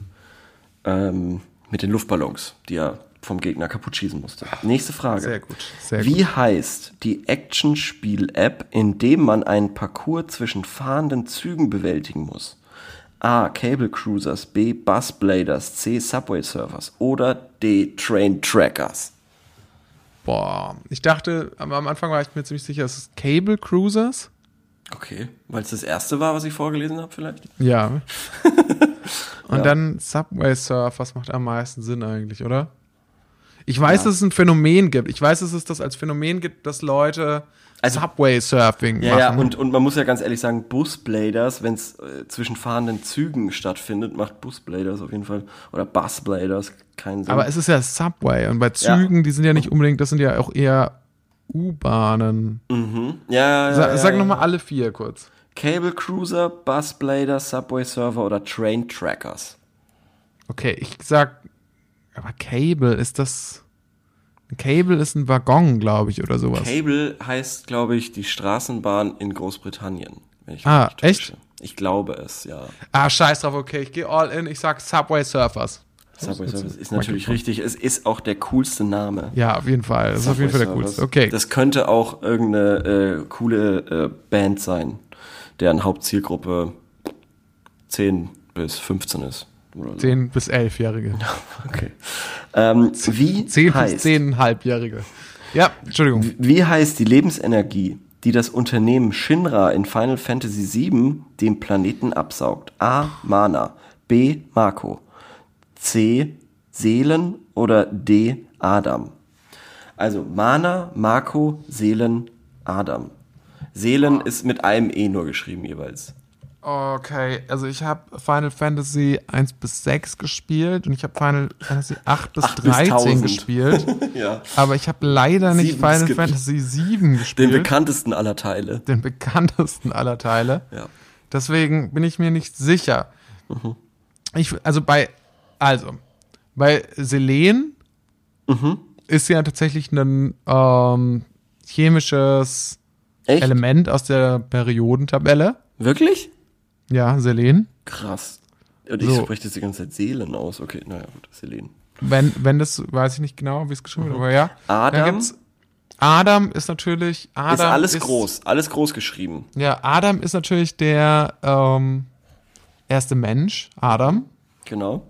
[SPEAKER 1] ähm, mit den Luftballons, die er vom Gegner kaputt schießen musste. Nächste Frage.
[SPEAKER 2] Sehr gut, sehr
[SPEAKER 1] wie heißt die Action-Spiel-App, in dem man einen Parcours zwischen fahrenden Zügen bewältigen muss? A. Cable Cruisers, B. Bus Bladers, C. Subway Surfers oder D. Train Trackers.
[SPEAKER 2] Boah, ich dachte, am am Anfang war ich mir ziemlich sicher, es ist Cable Cruisers.
[SPEAKER 1] Okay, weil es das erste war, was ich vorgelesen habe, vielleicht?
[SPEAKER 2] Ja. Und dann Subway Surf, was macht am meisten Sinn eigentlich, oder? Ich weiß, dass es ein Phänomen gibt. Ich weiß, dass es das als Phänomen gibt, dass Leute
[SPEAKER 1] Also-
[SPEAKER 2] Subway-Surfing
[SPEAKER 1] Ja,
[SPEAKER 2] machen.
[SPEAKER 1] ja, und, und man muss ja ganz ehrlich sagen, Busbladers, wenn es äh, zwischen fahrenden Zügen stattfindet, macht Busbladers auf jeden Fall oder Busbladers keinen Sinn.
[SPEAKER 2] Aber es ist ja Subway und bei Zügen, die sind ja nicht unbedingt, das sind ja auch eher U-Bahnen.
[SPEAKER 1] ja, ja,
[SPEAKER 2] Sa
[SPEAKER 1] ja,
[SPEAKER 2] sag
[SPEAKER 1] ja.
[SPEAKER 2] nochmal alle vier kurz.
[SPEAKER 1] Cable Cruiser, Busblader, Subway Server oder Train Trackers.
[SPEAKER 2] Okay, ich sag, aber Cable ist das. ein Cable ist ein Waggon, glaube ich, oder sowas.
[SPEAKER 1] Cable heißt, glaube ich, die Straßenbahn in Großbritannien. Wenn ich
[SPEAKER 2] Ah,
[SPEAKER 1] mich nicht
[SPEAKER 2] echt?
[SPEAKER 1] täusche. Ich glaube es, ja.
[SPEAKER 2] ah, scheiß drauf, okay, ich gehe all in, ich sag Subway Surfers.
[SPEAKER 1] Subway Service ist natürlich richtig. Es ist auch der coolste Name.
[SPEAKER 2] Ja, auf jeden Fall. Das ist auf jeden Fall der
[SPEAKER 1] Subway
[SPEAKER 2] coolste.
[SPEAKER 1] Surfers.
[SPEAKER 2] Okay.
[SPEAKER 1] Das könnte auch irgendeine äh, coole äh, Band sein, deren Hauptzielgruppe 10 bis 15 ist. Oder so.
[SPEAKER 2] 10 bis 11-Jährige.
[SPEAKER 1] Okay. Ähm, wie,
[SPEAKER 2] 10 bis
[SPEAKER 1] heißt,
[SPEAKER 2] 10,5-Jährige. Ja, Entschuldigung.
[SPEAKER 1] wie heißt die Lebensenergie, die das Unternehmen Shinra in Final Fantasy VII dem Planeten absaugt? A. Mana. B. Marco. C. Seelen oder D. Adam. Also Mana, Marco, Seelen, Adam. Seelen ist mit einem E nur geschrieben jeweils.
[SPEAKER 2] Okay, also ich habe Final Fantasy 1 bis 6 gespielt und ich habe Final Fantasy 8 bis
[SPEAKER 1] 8 bis
[SPEAKER 2] 13
[SPEAKER 1] 1000.
[SPEAKER 2] gespielt,
[SPEAKER 1] Ja.
[SPEAKER 2] aber ich habe leider nicht
[SPEAKER 1] Sieben
[SPEAKER 2] Final
[SPEAKER 1] geskippt.
[SPEAKER 2] Fantasy 7
[SPEAKER 1] Den
[SPEAKER 2] gespielt, den,
[SPEAKER 1] bekanntesten aller Teile.
[SPEAKER 2] bekanntesten aller Teile.
[SPEAKER 1] Ja. Mhm.
[SPEAKER 2] Deswegen bin ich mir nicht sicher. Ich, also bei, also, bei Selen
[SPEAKER 1] Mhm.
[SPEAKER 2] ist ja tatsächlich ein ähm, chemisches
[SPEAKER 1] Echt?
[SPEAKER 2] Element aus der Periodentabelle.
[SPEAKER 1] Wirklich?
[SPEAKER 2] Ja, Selen.
[SPEAKER 1] Krass. Und ich
[SPEAKER 2] So.
[SPEAKER 1] spreche das die ganze Zeit Seelen aus. Okay, naja, gut, Seelen.
[SPEAKER 2] Wenn, wenn das, weiß ich nicht genau, wie es geschrieben wird, aber ja.
[SPEAKER 1] Mhm. Adam?
[SPEAKER 2] Dann gibt's, Adam ist natürlich. Adam
[SPEAKER 1] ist alles groß, alles groß geschrieben.
[SPEAKER 2] Ja, Adam ist natürlich der ähm, erste Mensch, Adam.
[SPEAKER 1] Genau.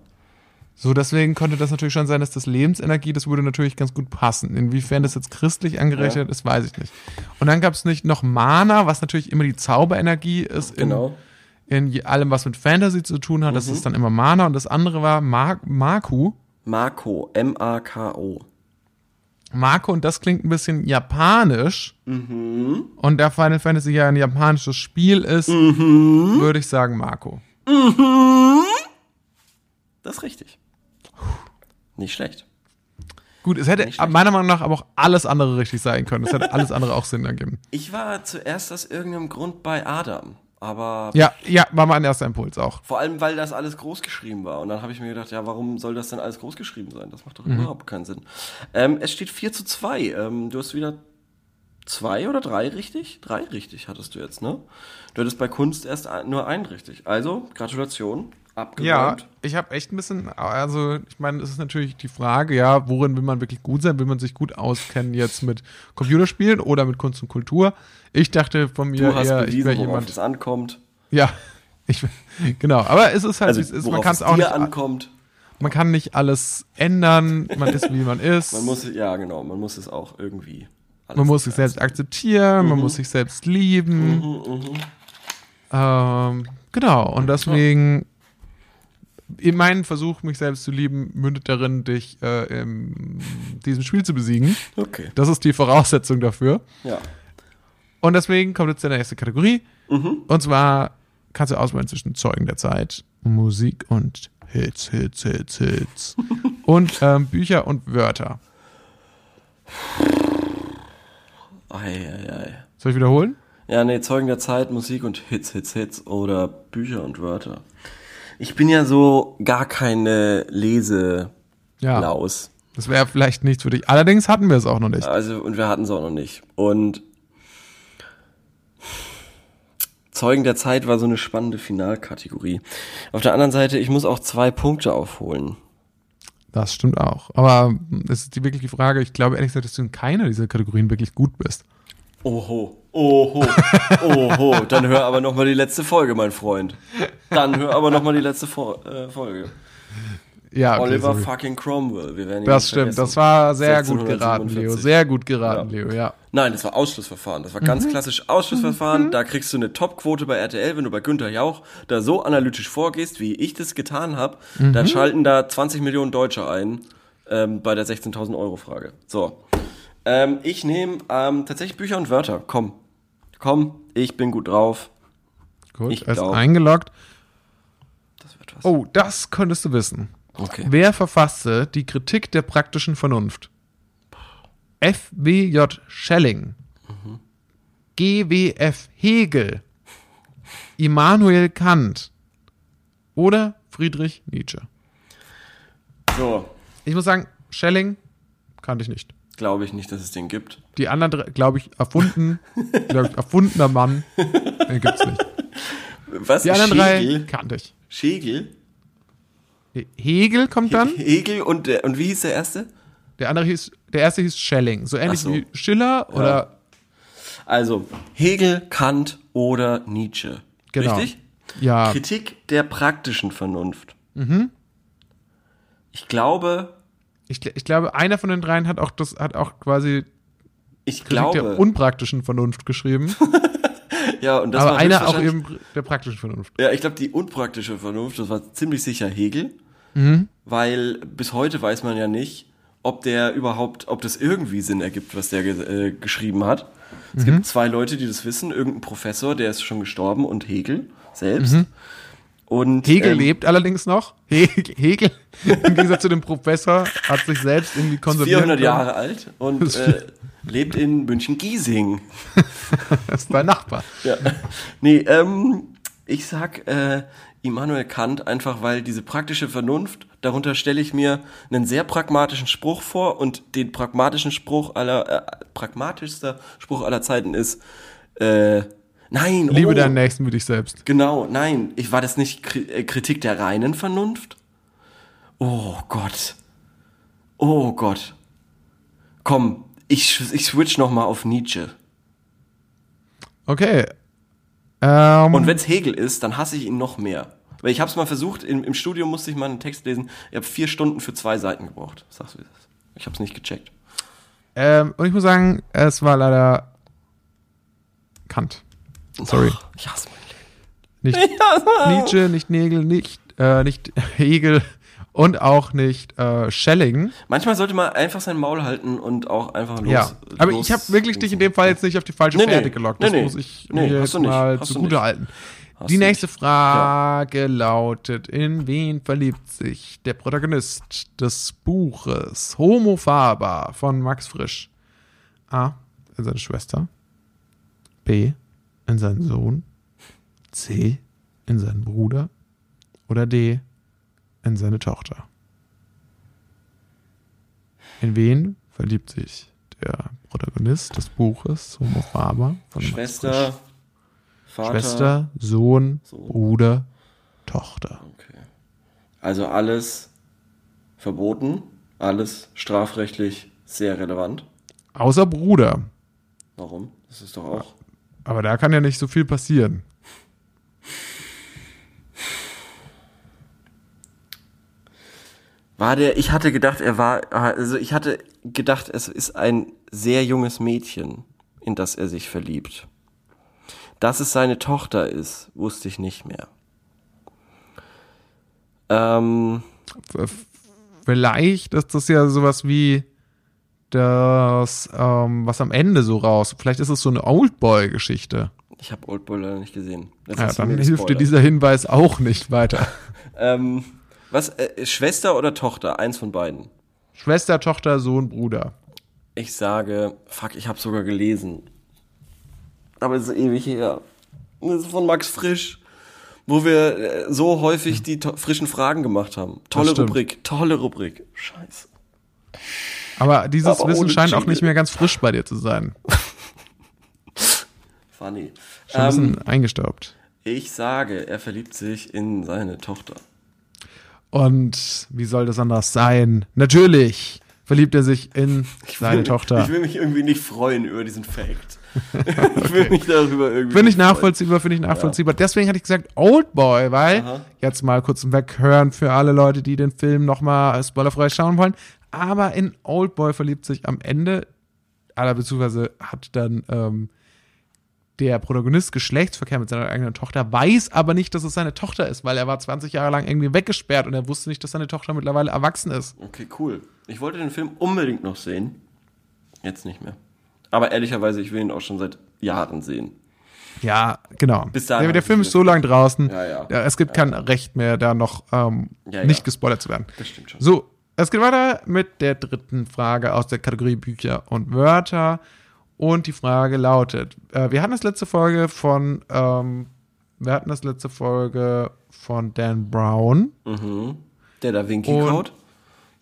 [SPEAKER 2] So, deswegen könnte das natürlich schon sein, dass das Lebensenergie, das würde natürlich ganz gut passen. Inwiefern das jetzt christlich angerechnet ist, weiß ich nicht. Und dann gab's nicht noch Mana, was natürlich immer die Zauberenergie ist in,
[SPEAKER 1] Genau. Mhm.
[SPEAKER 2] in je- allem, was mit Fantasy zu tun hat. Das ist dann immer Mana und das andere war Mar Marku.
[SPEAKER 1] Marco, M-A-K-O.
[SPEAKER 2] Marco, und das klingt ein bisschen japanisch.
[SPEAKER 1] Mhm.
[SPEAKER 2] Und da Final Fantasy ja ein japanisches Spiel ist,
[SPEAKER 1] Mhm.
[SPEAKER 2] würde ich sagen Marco.
[SPEAKER 1] Das ist richtig. Nicht schlecht.
[SPEAKER 2] Gut, es hätte
[SPEAKER 1] schlecht.
[SPEAKER 2] meiner Meinung nach aber auch alles andere richtig sein können. Es hätte alles andere auch Sinn ergeben.
[SPEAKER 1] Ich war zuerst aus irgendeinem Grund bei Adam, aber
[SPEAKER 2] Ja, ja, war mein erster Impuls auch.
[SPEAKER 1] vor allem, weil das alles groß geschrieben war. Und dann habe ich mir gedacht, ja, warum soll das denn alles groß geschrieben sein? Das macht doch
[SPEAKER 2] Mhm.
[SPEAKER 1] überhaupt keinen Sinn. Ähm, es steht 4 zu 2. Ähm, du hast wieder zwei oder drei richtig? Drei richtig hattest du jetzt, ne? Du hattest bei Kunst erst ein- nur einen richtig. Also, Gratulation.
[SPEAKER 2] Ja,
[SPEAKER 1] Abgeräumt.
[SPEAKER 2] ich habe echt ein bisschen, also ich meine, es ist natürlich die Frage, ja, worin will man wirklich gut sein? Will man sich gut auskennen jetzt mit Computerspielen oder mit Kunst und Kultur? Ich dachte von mir
[SPEAKER 1] Du hast
[SPEAKER 2] eher, ich
[SPEAKER 1] bewiesen,
[SPEAKER 2] wäre
[SPEAKER 1] worauf
[SPEAKER 2] jemand,
[SPEAKER 1] es ankommt.
[SPEAKER 2] Ja, ich, genau. Aber es ist halt, wie es ist.
[SPEAKER 1] Also, worauf
[SPEAKER 2] man kann es auch
[SPEAKER 1] dir
[SPEAKER 2] nicht,
[SPEAKER 1] ankommt.
[SPEAKER 2] man kann nicht alles ändern. Man ist, wie man ist.
[SPEAKER 1] Man muss, ja, genau, man muss es auch irgendwie. alles-
[SPEAKER 2] man muss sich selbst akzeptieren,
[SPEAKER 1] Mhm.
[SPEAKER 2] man muss sich selbst lieben. Ähm, genau. Und deswegen, in meinen Versuch, mich selbst zu lieben, mündet darin, dich äh, in diesem Spiel zu besiegen.
[SPEAKER 1] Okay.
[SPEAKER 2] Das ist die Voraussetzung dafür.
[SPEAKER 1] Ja.
[SPEAKER 2] Und deswegen kommt jetzt der nächste Kategorie. Und zwar kannst du auswählen zwischen Zeugen der Zeit, Musik und Hits, Hits, Hits, Hits. und ähm, Bücher und Wörter.
[SPEAKER 1] Ei, ei, ei.
[SPEAKER 2] Soll ich wiederholen?
[SPEAKER 1] Ja, nee, Zeugen der Zeit, Musik und Hits, Hits, Hits oder Bücher und Wörter. Ich bin ja so gar keine Lese
[SPEAKER 2] Ja.
[SPEAKER 1] Laus.
[SPEAKER 2] Das wäre vielleicht nichts für dich. Allerdings hatten wir es auch noch nicht.
[SPEAKER 1] Also, und wir hatten es auch noch nicht. Und Zeugen der Zeit war so eine spannende Finalkategorie. Auf der anderen Seite, ich muss auch zwei Punkte aufholen.
[SPEAKER 2] Das stimmt auch. Aber es ist die, wirklich die Frage, ich glaube ehrlich gesagt, dass du in keiner dieser Kategorien wirklich gut bist.
[SPEAKER 1] Oho, oho, oho. Dann hör aber nochmal die letzte Folge, mein Freund. Dann hör aber nochmal die letzte Fo äh, Folge.
[SPEAKER 2] Ja, okay,
[SPEAKER 1] Oliver
[SPEAKER 2] sorry.
[SPEAKER 1] fucking Cromwell. Wir werden ihn
[SPEAKER 2] Das
[SPEAKER 1] nicht
[SPEAKER 2] stimmt. Das
[SPEAKER 1] vergessen.
[SPEAKER 2] war sehr gut geraten,
[SPEAKER 1] 1647.
[SPEAKER 2] Leo. Sehr gut geraten, Leo, ja.
[SPEAKER 1] Nein, das war Ausschlussverfahren. Das war ganz
[SPEAKER 2] Mhm.
[SPEAKER 1] klassisch Ausschlussverfahren. Da kriegst du eine Top-Quote bei RTL, wenn du bei Günther Jauch da
[SPEAKER 2] Mhm.
[SPEAKER 1] so analytisch vorgehst, wie ich das getan habe. Dann schalten da 20 Millionen Deutsche ein. ähm, bei der 16.000 Euro Frage. So. Ähm, ich nehme ähm, tatsächlich Bücher und Wörter. Komm. Komm, ich bin gut drauf.
[SPEAKER 2] Gut,
[SPEAKER 1] Ich
[SPEAKER 2] er ist
[SPEAKER 1] glaub.
[SPEAKER 2] eingeloggt.
[SPEAKER 1] Das wird was.
[SPEAKER 2] Oh, das könntest du wissen.
[SPEAKER 1] Okay.
[SPEAKER 2] Wer verfasste die Kritik der praktischen Vernunft? F.W.J. Schelling. G.W.F. Hegel. Immanuel Kant. Oder Friedrich Nietzsche.
[SPEAKER 1] So,
[SPEAKER 2] Ich muss sagen, Schelling kannte ich nicht.
[SPEAKER 1] glaube ich nicht, dass es den gibt.
[SPEAKER 2] Die anderen, drei, glaube ich, erfunden. glaube ich, erfundener Mann. Den gibt's nicht.
[SPEAKER 1] Was?
[SPEAKER 2] Die anderen drei
[SPEAKER 1] Schegel?
[SPEAKER 2] kannte ich.
[SPEAKER 1] Schegel?
[SPEAKER 2] He- Hegel kommt dann.
[SPEAKER 1] Hegel und, der, und wie hieß der erste?
[SPEAKER 2] Der andere hieß, der erste hieß Schelling. So ähnlich
[SPEAKER 1] Ach so.
[SPEAKER 2] wie Schiller oder
[SPEAKER 1] Also, Hegel, Kant oder Nietzsche.
[SPEAKER 2] Genau.
[SPEAKER 1] Richtig?
[SPEAKER 2] ja. Mhm.
[SPEAKER 1] Kritik der praktischen Vernunft. Ich glaube,
[SPEAKER 2] Ich, gl- ich glaube, einer von den dreien hat auch das, hat auch quasi
[SPEAKER 1] ich
[SPEAKER 2] Kritik der
[SPEAKER 1] glaube,
[SPEAKER 2] unpraktischen Vernunft geschrieben,
[SPEAKER 1] ja, und das
[SPEAKER 2] aber
[SPEAKER 1] war Ähm.
[SPEAKER 2] einer auch
[SPEAKER 1] höchstwahrscheinlich-
[SPEAKER 2] eben pr- der praktischen Vernunft.
[SPEAKER 1] Ja, ich glaube, die unpraktische Vernunft, das war ziemlich sicher Hegel,
[SPEAKER 2] Mhm.
[SPEAKER 1] weil bis heute weiß man ja nicht, ob der überhaupt, ob das irgendwie Sinn ergibt, was der ge- äh, geschrieben hat. Es
[SPEAKER 2] Mhm.
[SPEAKER 1] gibt zwei Leute, die das wissen, irgendein Professor, der ist schon gestorben und Hegel selbst. Und
[SPEAKER 2] Mhm. Hegel
[SPEAKER 1] ähm,
[SPEAKER 2] lebt allerdings noch. Hegel, Hegel im Gegensatz zu dem Professor, hat sich selbst irgendwie konserviert.
[SPEAKER 1] 400 Jahre alt und äh, lebt in München-Giesing.
[SPEAKER 2] Das ist dein Nachbar.
[SPEAKER 1] Ja. Nee, ähm, ich sag äh, Immanuel Kant einfach, weil diese praktische Vernunft, darunter stelle ich mir einen sehr pragmatischen Spruch vor und den pragmatischen Spruch aller, äh, pragmatischster Spruch aller Zeiten ist, äh, nein,
[SPEAKER 2] Liebe
[SPEAKER 1] oh,
[SPEAKER 2] deinen Nächsten wie dich selbst.
[SPEAKER 1] Genau, nein, ich war das nicht Kri äh, Kritik der reinen Vernunft? Oh Gott. Oh Gott. Komm, ich, sch- ich switch nochmal auf Nietzsche.
[SPEAKER 2] Okay. Ähm,
[SPEAKER 1] Und wenn es Hegel ist, dann hasse ich ihn noch mehr. Weil ich habe es mal versucht, im, im Studio musste ich mal einen Text lesen. Ich habe vier Stunden für zwei Seiten gebraucht. Sagst du das? Ich habe es nicht gecheckt.
[SPEAKER 2] ähm, und ich muss sagen, es war leider Kant. Sorry.
[SPEAKER 1] Ach, ich hasse mein Leben.
[SPEAKER 2] Nicht
[SPEAKER 1] Oh.
[SPEAKER 2] Nietzsche, nicht Nägel, nicht, äh, nicht Hegel und auch nicht äh, Schelling.
[SPEAKER 1] Manchmal sollte man einfach sein Maul halten und auch einfach los.
[SPEAKER 2] ja. Aber ich habe
[SPEAKER 1] los-
[SPEAKER 2] wirklich dich in dem Fall jetzt nicht auf die falsche
[SPEAKER 1] Nee, nee.
[SPEAKER 2] Pferde gelockt. Das
[SPEAKER 1] Nee, nee.
[SPEAKER 2] muss ich
[SPEAKER 1] Nee,
[SPEAKER 2] mir
[SPEAKER 1] hast
[SPEAKER 2] jetzt
[SPEAKER 1] du nicht.
[SPEAKER 2] mal
[SPEAKER 1] Hast du
[SPEAKER 2] zugute
[SPEAKER 1] nicht.
[SPEAKER 2] halten. die
[SPEAKER 1] du
[SPEAKER 2] nächste Frage lautet: In wen verliebt sich der Protagonist des Buches Homo Faber von Max Frisch? A. In seine Schwester. B. In seinen Sohn. C. In seinen Bruder. Oder D. In seine Tochter. In wen verliebt sich der Protagonist des Buches Homo Faber von Max Frisch?
[SPEAKER 1] Schwester, Vater.
[SPEAKER 2] Schwester, Sohn,
[SPEAKER 1] Sohn.
[SPEAKER 2] Bruder, Tochter.
[SPEAKER 1] Okay. Also alles verboten, alles strafrechtlich sehr relevant.
[SPEAKER 2] Außer Bruder.
[SPEAKER 1] Warum? Das ist doch auch.
[SPEAKER 2] Aber da kann ja nicht so viel passieren.
[SPEAKER 1] War der, ich hatte gedacht, er war, also ich hatte gedacht, es ist ein sehr junges Mädchen, in das er sich verliebt. Dass es seine Tochter ist, wusste ich nicht mehr. Ähm,
[SPEAKER 2] V- v- Vielleicht ist das ja sowas wie das, ähm, was am Ende so raus. Vielleicht ist es so eine Oldboy-Geschichte.
[SPEAKER 1] ich habe Oldboy leider nicht gesehen. Das
[SPEAKER 2] Ja,
[SPEAKER 1] hast du
[SPEAKER 2] dann
[SPEAKER 1] mir
[SPEAKER 2] hilft dir
[SPEAKER 1] gespoilert.
[SPEAKER 2] dieser Hinweis auch nicht weiter.
[SPEAKER 1] Ähm, was, äh, Schwester oder Tochter? Eins von beiden.
[SPEAKER 2] Schwester, Tochter, Sohn, Bruder.
[SPEAKER 1] Ich sage, fuck, ich habe sogar gelesen. Aber es ist ewig her. Das ist von Max Frisch, wo wir äh, so häufig die to frischen Fragen gemacht haben. Tolle
[SPEAKER 2] stimmt.
[SPEAKER 1] Rubrik, tolle Rubrik. Scheiße.
[SPEAKER 2] Aber dieses
[SPEAKER 1] Aber
[SPEAKER 2] Wissen
[SPEAKER 1] ohne
[SPEAKER 2] scheint auch
[SPEAKER 1] Jingle.
[SPEAKER 2] nicht mehr ganz frisch bei dir zu sein.
[SPEAKER 1] Funny.
[SPEAKER 2] Schon ein
[SPEAKER 1] Ähm,
[SPEAKER 2] bisschen eingestaubt.
[SPEAKER 1] ich sage, er verliebt sich in seine Tochter.
[SPEAKER 2] Und wie soll das anders sein? Natürlich verliebt er sich in seine Tochter.
[SPEAKER 1] Ich will mich irgendwie nicht freuen über diesen Fact. Ich will mich darüber irgendwie.
[SPEAKER 2] Finde ich
[SPEAKER 1] nicht
[SPEAKER 2] nachvollziehbar, finde ich nachvollziehbar. Deswegen hatte ich gesagt Oldboy, weil jetzt mal kurz im Weghören für alle Leute, die den Film nochmal spoilerfrei schauen wollen. Aber in Oldboy verliebt sich am Ende, aller beziehungsweise hat dann ähm, der Protagonist Geschlechtsverkehr mit seiner eigenen Tochter, weiß aber nicht, dass es seine Tochter ist, weil er war 20 Jahre lang irgendwie weggesperrt und er wusste nicht, dass seine Tochter mittlerweile erwachsen ist.
[SPEAKER 1] freuen. Okay, cool. Ich wollte den Film unbedingt noch sehen. Jetzt nicht mehr. Aber ehrlicherweise, ich will ihn auch schon seit Jahren sehen.
[SPEAKER 2] Ja, genau.
[SPEAKER 1] Bis dahin
[SPEAKER 2] der,
[SPEAKER 1] hab
[SPEAKER 2] der
[SPEAKER 1] ich
[SPEAKER 2] Film
[SPEAKER 1] nicht
[SPEAKER 2] ist so lang draußen.
[SPEAKER 1] Ja, ja.
[SPEAKER 2] Es gibt kein Recht mehr, da noch ähm,
[SPEAKER 1] Ja, ja.
[SPEAKER 2] nicht gespoilert zu werden.
[SPEAKER 1] Das stimmt schon.
[SPEAKER 2] So, es geht weiter mit der dritten Frage aus der Kategorie Bücher und Wörter. Und die Frage lautet: äh, Wir hatten das letzte Folge von, ähm, wir hatten das letzte Folge von Dan Brown.
[SPEAKER 1] Der Da Vinci
[SPEAKER 2] Und-
[SPEAKER 1] Code.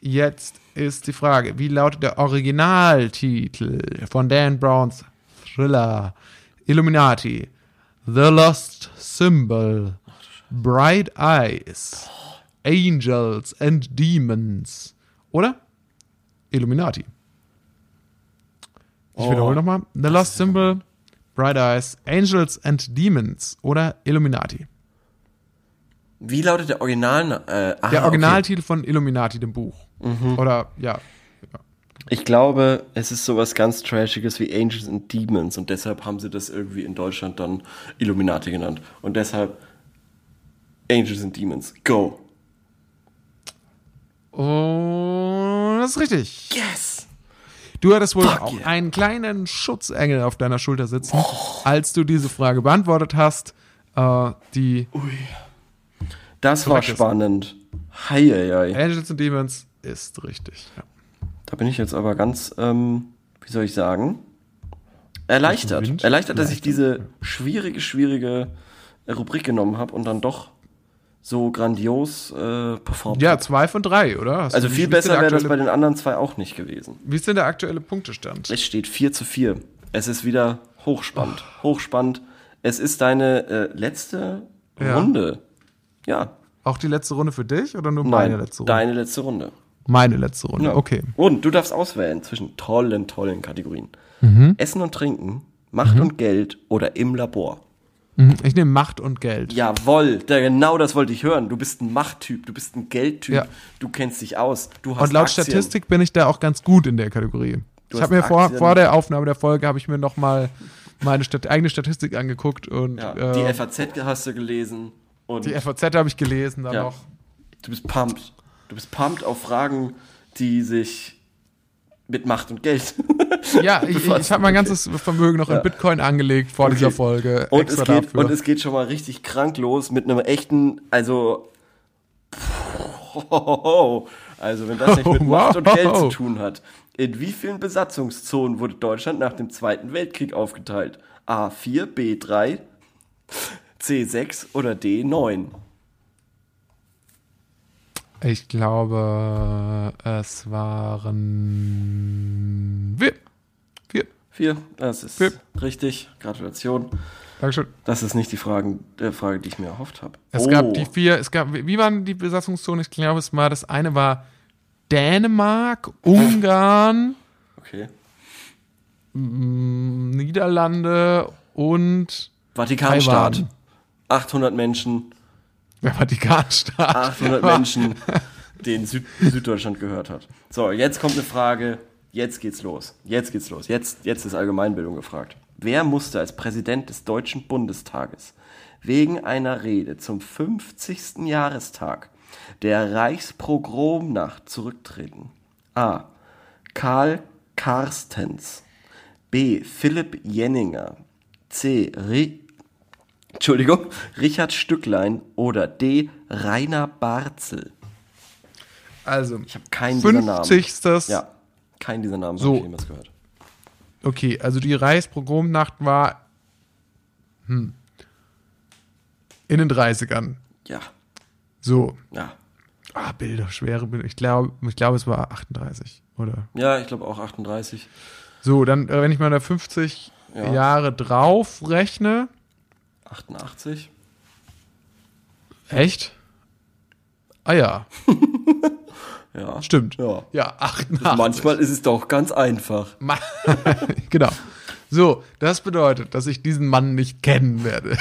[SPEAKER 2] Jetzt ist die Frage: Wie lautet der Originaltitel von Dan Browns Thriller Illuminati? The Lost Symbol, Bright Eyes, Angels and Demons, oder? Illuminati. Ich
[SPEAKER 1] Oh.
[SPEAKER 2] wiederhole nochmal. The Lost Symbol, Bright Eyes, Angels and Demons oder Illuminati.
[SPEAKER 1] Wie lautet der Original? Äh, aha,
[SPEAKER 2] Der
[SPEAKER 1] okay. Mhm.
[SPEAKER 2] Originaltitel von Illuminati, dem Buch. Oder, ja,
[SPEAKER 1] Ich glaube, es ist sowas ganz Trashiges wie Angels and Demons und deshalb haben sie das irgendwie in Deutschland dann Illuminati genannt. Und deshalb Angels and Demons. Go!
[SPEAKER 2] Und das ist richtig.
[SPEAKER 1] Yes!
[SPEAKER 2] Du hattest wohl
[SPEAKER 1] Fuck
[SPEAKER 2] auch
[SPEAKER 1] yeah.
[SPEAKER 2] einen kleinen Schutzengel auf deiner Schulter sitzen, als du diese Frage beantwortet hast. Äh, die
[SPEAKER 1] Oh. Das war
[SPEAKER 2] Korrektes.
[SPEAKER 1] spannend. Heieiei.
[SPEAKER 2] Angels and Demons ist richtig. Ja.
[SPEAKER 1] Da bin ich jetzt aber ganz, ähm, wie soll ich sagen, erleichtert.
[SPEAKER 2] Wind?
[SPEAKER 1] Erleichtert, dass ich diese schwierige, schwierige Rubrik genommen habe und dann doch so grandios äh, performt.
[SPEAKER 2] ja,
[SPEAKER 1] habe.
[SPEAKER 2] zwei von drei, oder? Hast
[SPEAKER 1] also
[SPEAKER 2] du-
[SPEAKER 1] viel
[SPEAKER 2] wie ist denn
[SPEAKER 1] besser
[SPEAKER 2] der
[SPEAKER 1] wäre das bei
[SPEAKER 2] aktuelle-
[SPEAKER 1] den anderen zwei auch nicht gewesen.
[SPEAKER 2] Wie ist denn der aktuelle Punktestand?
[SPEAKER 1] Es steht 4 zu 4. Es ist wieder hochspannend. Hochspannend. Es ist deine äh, letzte
[SPEAKER 2] Ja.
[SPEAKER 1] Runde. Ja,
[SPEAKER 2] Auch die letzte Runde für dich oder nur
[SPEAKER 1] nein,
[SPEAKER 2] meine letzte Runde?
[SPEAKER 1] deine letzte Runde.
[SPEAKER 2] Meine letzte Runde,
[SPEAKER 1] Ja.
[SPEAKER 2] okay.
[SPEAKER 1] Und du darfst auswählen zwischen tollen, tollen Kategorien. Essen und Trinken, Macht und Geld oder im Labor.
[SPEAKER 2] Mhm, Ich nehme Macht und Geld.
[SPEAKER 1] Jawoll, da, genau das wollte ich hören. Du bist ein Machttyp, du bist ein Geldtyp,
[SPEAKER 2] Ja.
[SPEAKER 1] du kennst dich aus, du hast
[SPEAKER 2] Und laut
[SPEAKER 1] Aktien.
[SPEAKER 2] Statistik bin ich da auch ganz gut in der Kategorie. ich
[SPEAKER 1] hast
[SPEAKER 2] habe mir vor,
[SPEAKER 1] Aktien.
[SPEAKER 2] vor der Aufnahme der Folge habe ich mir noch mal meine Stat eigene Statistik angeguckt und
[SPEAKER 1] Ja,
[SPEAKER 2] äh,
[SPEAKER 1] die FAZ hast du gelesen. Und
[SPEAKER 2] die FAZ habe ich gelesen dann
[SPEAKER 1] Ja.
[SPEAKER 2] noch.
[SPEAKER 1] Du bist pumped. Du bist pumped auf Fragen, die sich mit Macht und Geld.
[SPEAKER 2] Ja, ich, ich, ich habe mein ganzes Vermögen noch in Bitcoin angelegt vor dieser
[SPEAKER 1] Okay.
[SPEAKER 2] Folge.
[SPEAKER 1] und, es
[SPEAKER 2] extra
[SPEAKER 1] geht,
[SPEAKER 2] dafür.
[SPEAKER 1] und es geht schon mal richtig krank los mit einem echten, also. Also, wenn das nicht mit
[SPEAKER 2] Wow.
[SPEAKER 1] Macht und Geld zu tun hat. In wie vielen Besatzungszonen wurde Deutschland nach dem Zweiten Weltkrieg aufgeteilt? A4, B3, C6 oder D9?
[SPEAKER 2] ich glaube, es waren wir. Wir.
[SPEAKER 1] Vier, das ist
[SPEAKER 2] Vier.
[SPEAKER 1] richtig. Gratulation.
[SPEAKER 2] Dankeschön.
[SPEAKER 1] Das ist nicht die Fragen, äh, Frage, die ich mir erhofft habe. Oh,
[SPEAKER 2] Es gab die vier, es gab, wie waren die Besatzungszonen? Ich glaube, es war, das eine war Dänemark, Ungarn,
[SPEAKER 1] Okay.
[SPEAKER 2] Niederlande und
[SPEAKER 1] Vatikanstaat.
[SPEAKER 2] Taiwan.
[SPEAKER 1] 800 Menschen,
[SPEAKER 2] der Vatikanstaat.
[SPEAKER 1] 800 Menschen, denen Süd Süddeutschland gehört hat. So, jetzt kommt eine Frage. Jetzt geht's los. Jetzt geht's los. Jetzt, jetzt ist Allgemeinbildung gefragt. Wer musste als Präsident des Deutschen Bundestages wegen einer Rede zum 50. Jahrestag der Reichspogromnacht zurücktreten? A. Karl Karstens. B. Philipp Jenninger. C. Ri Entschuldigung, Richard Stücklein oder D. Rainer Barzel.
[SPEAKER 2] Also,
[SPEAKER 1] Ich habe keinen dieser
[SPEAKER 2] 50.
[SPEAKER 1] Namen. Ja, keinen dieser Namen
[SPEAKER 2] So.
[SPEAKER 1] habe ich jemals gehört.
[SPEAKER 2] Okay, also die Reichspogromnacht war hm, in den 30ern.
[SPEAKER 1] Ja,
[SPEAKER 2] So.
[SPEAKER 1] ja.
[SPEAKER 2] Ah, Bilder, schwere Bilder. Ich glaube, ich glaube, es war 38, oder?
[SPEAKER 1] Ja, ich glaube auch 38.
[SPEAKER 2] So, dann, äh, wenn ich mal da 50
[SPEAKER 1] Ja.
[SPEAKER 2] Jahre drauf rechne.
[SPEAKER 1] 88?
[SPEAKER 2] Echt? Ah ja,
[SPEAKER 1] Ja.
[SPEAKER 2] stimmt.
[SPEAKER 1] Ja.
[SPEAKER 2] ja 88.
[SPEAKER 1] Manchmal ist es doch ganz einfach.
[SPEAKER 2] Ma- genau. So, das bedeutet, dass ich diesen Mann nicht kennen werde.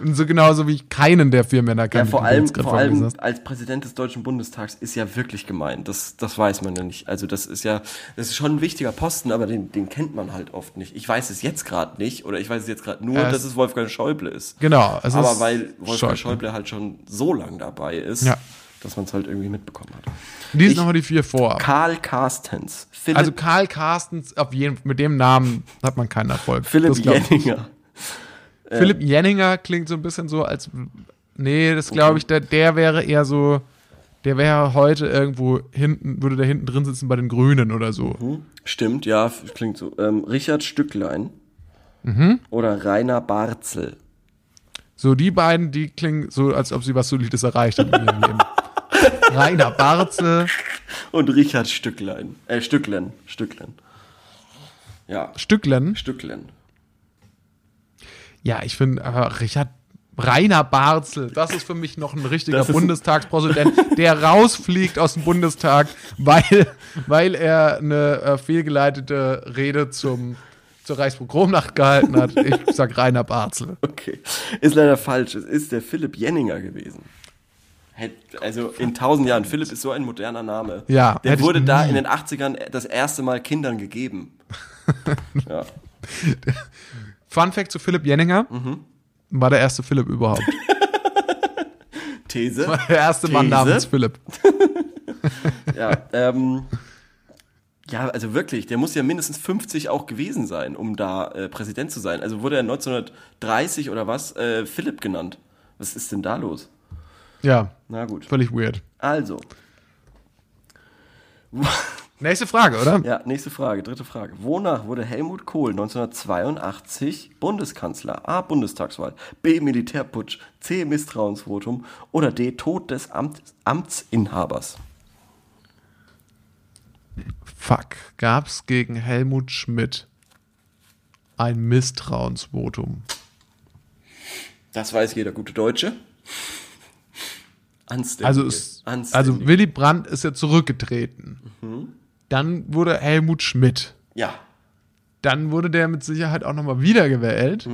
[SPEAKER 2] Und so genauso wie ich keinen der vier Männer
[SPEAKER 1] Ja,
[SPEAKER 2] kenne.
[SPEAKER 1] vor
[SPEAKER 2] die du
[SPEAKER 1] allem,
[SPEAKER 2] jetzt gerade
[SPEAKER 1] vor
[SPEAKER 2] vorgelesen
[SPEAKER 1] allem
[SPEAKER 2] hast.
[SPEAKER 1] als Präsident des Deutschen Bundestags ist ja wirklich gemein. Das, das weiß man ja nicht. Also das ist ja, das ist schon ein wichtiger Posten, aber den, den kennt man halt oft nicht. Ich weiß es jetzt gerade nicht oder ich weiß es jetzt gerade nur,
[SPEAKER 2] Ja, es-
[SPEAKER 1] dass es Wolfgang Schäuble ist.
[SPEAKER 2] Genau. Es
[SPEAKER 1] Aber
[SPEAKER 2] ist
[SPEAKER 1] weil Wolfgang
[SPEAKER 2] Schäuble.
[SPEAKER 1] Schäuble halt schon so lang dabei ist,
[SPEAKER 2] Ja.
[SPEAKER 1] dass man es halt irgendwie mitbekommen hat.
[SPEAKER 2] Lies
[SPEAKER 1] Ich-
[SPEAKER 2] nochmal die vier vor.
[SPEAKER 1] Karl Carstens, Philipp,
[SPEAKER 2] Also Karl Carstens, auf jeden, mit dem Namen hat man keinen Erfolg.
[SPEAKER 1] Philipp
[SPEAKER 2] Das glaub ich.
[SPEAKER 1] Jenninger.
[SPEAKER 2] Philipp Jenninger klingt so ein bisschen so als. Nee, das glaube ich, der, der wäre eher so. Der wäre heute irgendwo hinten, würde da hinten drin sitzen bei den Grünen oder so.
[SPEAKER 1] Hm? Stimmt, ja, f- klingt so. Ähm, Richard Stücklein
[SPEAKER 2] Mhm.
[SPEAKER 1] oder Rainer Barzel.
[SPEAKER 2] So die beiden, die klingen so, als ob sie was Solides erreicht haben in ihrem Leben. Rainer Barzel,
[SPEAKER 1] Und Richard Stücklein. Äh, Stücklen. Stücklen. Ja,
[SPEAKER 2] Stücklen.
[SPEAKER 1] Stücklen.
[SPEAKER 2] Ja, ich finde, äh, Richard. Rainer Barzel, das ist für mich noch ein richtiger
[SPEAKER 1] Das ist-
[SPEAKER 2] Bundestagspräsident, der rausfliegt aus dem Bundestag, weil, weil er eine äh, fehlgeleitete Rede zum, zur Reichspogromnacht gehalten hat. Ich sag Rainer Barzel.
[SPEAKER 1] Okay. Ist leider falsch. Es ist der Philipp Jenninger gewesen. Hätt- Also in tausend Jahren. Philipp ist so ein moderner Name.
[SPEAKER 2] Ja, hätte
[SPEAKER 1] Der
[SPEAKER 2] ich
[SPEAKER 1] wurde da
[SPEAKER 2] nie.
[SPEAKER 1] in den 80ern das erste Mal Kindern gegeben. ja.
[SPEAKER 2] Fun Fact zu Philipp Jenninger.
[SPEAKER 1] Mhm.
[SPEAKER 2] War der erste Philipp überhaupt.
[SPEAKER 1] These.
[SPEAKER 2] Der erste Mann
[SPEAKER 1] These?
[SPEAKER 2] namens Philipp.
[SPEAKER 1] Ja, ähm, ja, also wirklich, der muss ja mindestens 50 auch gewesen sein, um da äh, Präsident zu sein. Also wurde er 1930 oder was äh, Philipp genannt. Was ist denn da los?
[SPEAKER 2] Ja,
[SPEAKER 1] Na gut.
[SPEAKER 2] völlig weird.
[SPEAKER 1] Also.
[SPEAKER 2] Nächste Frage, oder?
[SPEAKER 1] Ja, nächste Frage, dritte Frage. Wonach wurde Helmut Kohl 1982 Bundeskanzler? A. Bundestagswahl, B. Militärputsch, C. Misstrauensvotum oder D. Tod des Amt, Amtsinhabers?
[SPEAKER 2] Fuck. Gab's gegen Helmut Schmidt ein Misstrauensvotum?
[SPEAKER 1] Das weiß jeder gute Deutsche. Anständig.
[SPEAKER 2] Also, es, also
[SPEAKER 1] Anständig.
[SPEAKER 2] Willy Brandt ist ja zurückgetreten. Dann wurde Helmut Schmidt.
[SPEAKER 1] ja.
[SPEAKER 2] Dann wurde der mit Sicherheit auch nochmal wiedergewählt.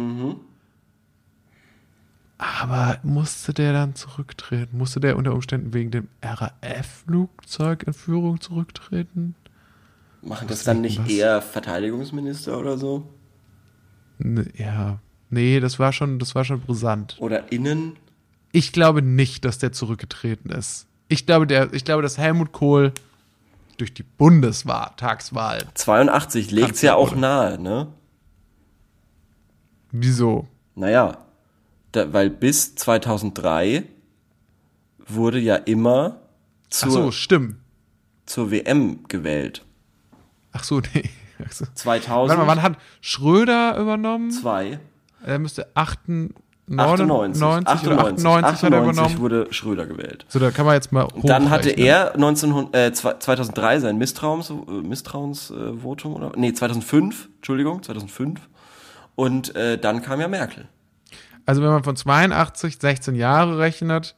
[SPEAKER 2] Aber musste der dann zurücktreten? Musste der unter Umständen wegen dem RAF-Flugzeug in Führung zurücktreten?
[SPEAKER 1] Machen das dann nicht
[SPEAKER 2] Was?
[SPEAKER 1] eher Verteidigungsminister oder so?
[SPEAKER 2] Nee, Ne, ja. Nee, das war schon, das war schon brisant.
[SPEAKER 1] Oder Innen?
[SPEAKER 2] Ich glaube nicht, dass der zurückgetreten ist. Ich glaube, der, ich glaube, dass Helmut Kohl durch die Bundestagswahl.
[SPEAKER 1] 82 legt's
[SPEAKER 2] Kanzler
[SPEAKER 1] ja auch
[SPEAKER 2] wurde.
[SPEAKER 1] nahe, ne?
[SPEAKER 2] Wieso?
[SPEAKER 1] Naja, da, weil bis 2003 wurde ja immer
[SPEAKER 2] Ach so,
[SPEAKER 1] zur,
[SPEAKER 2] stimmt.
[SPEAKER 1] zur WM gewählt.
[SPEAKER 2] Ach so, nee. Ach so. Warte mal, wann
[SPEAKER 1] 2002,
[SPEAKER 2] hat Schröder übernommen? Er müsste 98,
[SPEAKER 1] 98,
[SPEAKER 2] 99 oder 98, hat er übernommen.
[SPEAKER 1] wurde Schröder gewählt.
[SPEAKER 2] So, da kann man jetzt mal
[SPEAKER 1] Und dann hatte
[SPEAKER 2] hochrechnen.
[SPEAKER 1] er 1900, äh, zwei- 2003 sein Misstrauens, äh, Misstrauensvotum äh, Votum oder? Nee, 2005, Entschuldigung, 2005. Und äh, dann kam ja Merkel.
[SPEAKER 2] Also, wenn man von 82 16 Jahre rechnet,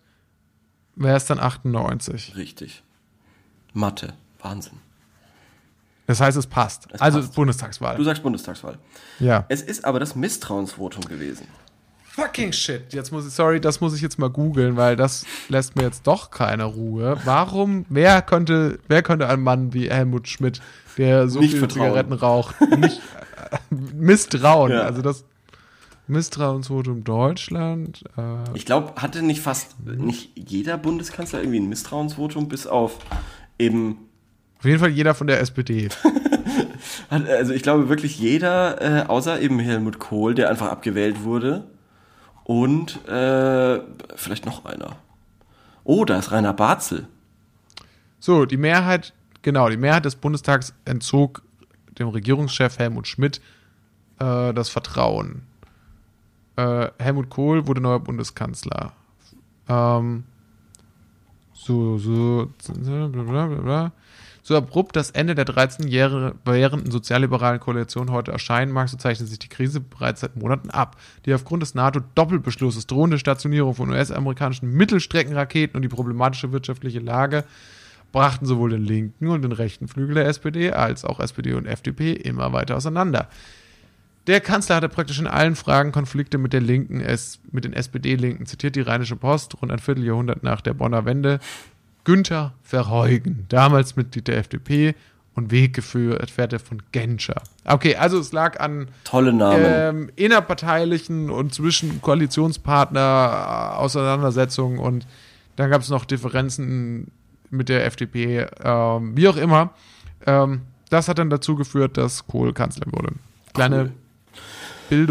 [SPEAKER 2] wäre es dann 98.
[SPEAKER 1] Richtig. Mathe. Wahnsinn.
[SPEAKER 2] Das heißt, es passt. also,
[SPEAKER 1] passt.
[SPEAKER 2] Bundestagswahl.
[SPEAKER 1] Du sagst Bundestagswahl.
[SPEAKER 2] ja.
[SPEAKER 1] Es ist aber das Misstrauensvotum gewesen.
[SPEAKER 2] Fucking shit. Jetzt muss ich, sorry, das muss ich jetzt mal googeln, weil das lässt mir jetzt doch keine Ruhe. Warum, wer könnte, wer könnte einem Mann wie Helmut Schmidt, der so
[SPEAKER 1] Nicht
[SPEAKER 2] viele
[SPEAKER 1] vertrauen.
[SPEAKER 2] Zigaretten raucht, nicht äh, misstrauen?
[SPEAKER 1] Ja.
[SPEAKER 2] Also das Misstrauensvotum Deutschland. Äh,
[SPEAKER 1] Ich glaube, hatte nicht fast nicht jeder Bundeskanzler irgendwie ein Misstrauensvotum, bis auf eben,
[SPEAKER 2] auf jeden Fall jeder von der SPD.
[SPEAKER 1] hat- also ich glaube wirklich jeder, äh, außer eben Helmut Kohl, der einfach abgewählt wurde. Und äh, vielleicht noch einer. Oh, da ist Rainer Barzel.
[SPEAKER 2] So, die Mehrheit, genau, die Mehrheit des Bundestags entzog dem Regierungschef Helmut Schmidt äh, das Vertrauen. Äh, Helmut Kohl wurde neuer Bundeskanzler. Ähm, so, so, blablabla. So abrupt das Ende der 13 Jahre währenden sozialliberalen Koalition heute erscheinen mag, so zeichnet sich die Krise bereits seit Monaten ab. Die aufgrund des NATO-Doppelbeschlusses drohende Stationierung von US-amerikanischen Mittelstreckenraketen und die problematische wirtschaftliche Lage brachten sowohl den linken und den rechten Flügel der SPD als auch SPD und FDP immer weiter auseinander. Der Kanzler hatte praktisch in allen Fragen Konflikte mit der Linken, es, mit den SPD-Linken, zitiert die Rheinische Post rund ein Vierteljahrhundert nach der Bonner Wende. Günther Verheugen, damals Mitglied der FDP und Weggeführter von Genscher. Okay, also es lag an
[SPEAKER 1] Tolle Namen.
[SPEAKER 2] ähm, innerparteilichen und zwischen Koalitionspartner äh, Auseinandersetzungen und Dann gab es noch Differenzen mit der FDP, ähm, wie auch immer. Ähm, das hat dann dazu geführt, dass Kohl Kanzler wurde. Kleine
[SPEAKER 1] Cool.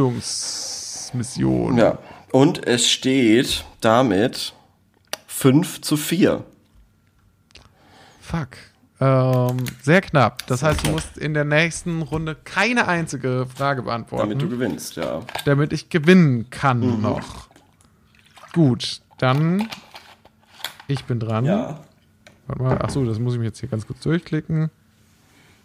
[SPEAKER 2] Bildungsmission.
[SPEAKER 1] Ja. Und es steht damit 5 zu 4.
[SPEAKER 2] Fuck. Ähm, sehr knapp. Das heißt, du musst in der nächsten Runde keine einzige Frage beantworten,
[SPEAKER 1] Damit
[SPEAKER 2] damit,
[SPEAKER 1] du gewinnst, ja.
[SPEAKER 2] ich gewinnen kann
[SPEAKER 1] Mhm.
[SPEAKER 2] noch. Gut, dann ich bin dran.
[SPEAKER 1] Ja.
[SPEAKER 2] Warte mal. Ach so, das muss ich mir jetzt hier ganz kurz durchklicken.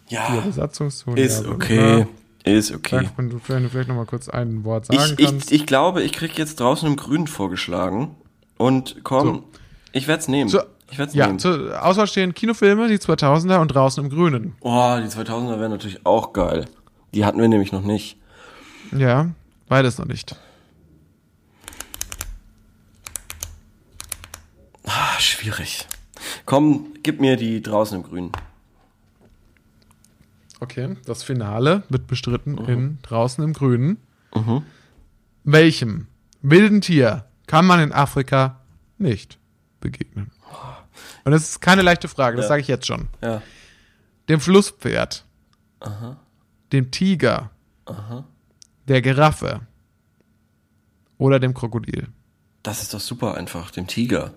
[SPEAKER 1] Ja.
[SPEAKER 2] Besatzungszone.
[SPEAKER 1] Ist
[SPEAKER 2] ja, ne?
[SPEAKER 1] okay. Ist okay.
[SPEAKER 2] Sag, wenn du vielleicht, vielleicht noch mal kurz ein Wort sagen
[SPEAKER 1] Ich, ich,
[SPEAKER 2] kannst.
[SPEAKER 1] ich glaube, ich krieg jetzt draußen im Grünen vorgeschlagen. Und komm, ich werd's nehmen.
[SPEAKER 2] So.
[SPEAKER 1] Ich werd's
[SPEAKER 2] ja,
[SPEAKER 1] nehmen.
[SPEAKER 2] zur Auswahl stehen Kinofilme, die 2000er und draußen im Grünen.
[SPEAKER 1] Oh, die 2000er wären natürlich auch geil. Die hatten wir nämlich noch nicht.
[SPEAKER 2] Ja, beides noch nicht.
[SPEAKER 1] Ah, schwierig. Komm, gib mir die draußen im Grünen.
[SPEAKER 2] Okay, das Finale wird bestritten
[SPEAKER 1] Mhm.
[SPEAKER 2] in Draußen im Grünen. Mhm. Welchem wilden Tier kann man in Afrika nicht begegnen? Und das ist keine leichte Frage, das
[SPEAKER 1] Ja.
[SPEAKER 2] sage ich jetzt schon.
[SPEAKER 1] Ja.
[SPEAKER 2] Dem Flusspferd, dem Tiger, der Giraffe oder dem Krokodil.
[SPEAKER 1] Das ist doch super einfach, dem Tiger.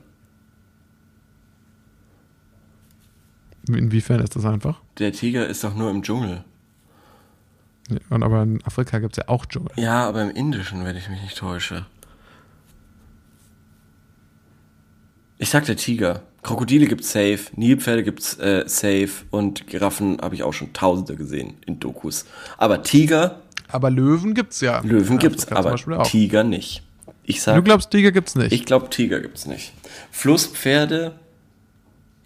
[SPEAKER 2] Inwiefern ist das einfach?
[SPEAKER 1] Der Tiger ist doch nur im Dschungel.
[SPEAKER 2] Ja, Und aber in Afrika gibt es ja auch Dschungel.
[SPEAKER 1] Ja, aber im Indischen, wenn ich mich nicht täusche. Ich sag der Tiger. Krokodile gibt's safe, Nilpferde gibt's äh, safe und Giraffen habe ich auch schon tausende gesehen in Dokus. Aber Tiger,
[SPEAKER 2] Aber Löwen gibt's ja.
[SPEAKER 1] Löwen
[SPEAKER 2] In
[SPEAKER 1] gibt's,
[SPEAKER 2] Afrika zum
[SPEAKER 1] aber
[SPEAKER 2] Beispiel auch.
[SPEAKER 1] Tiger nicht. Ich
[SPEAKER 2] Du
[SPEAKER 1] sag,
[SPEAKER 2] glaubst, Tiger gibt's nicht.
[SPEAKER 1] ich glaube Tiger gibt's nicht. Flusspferde,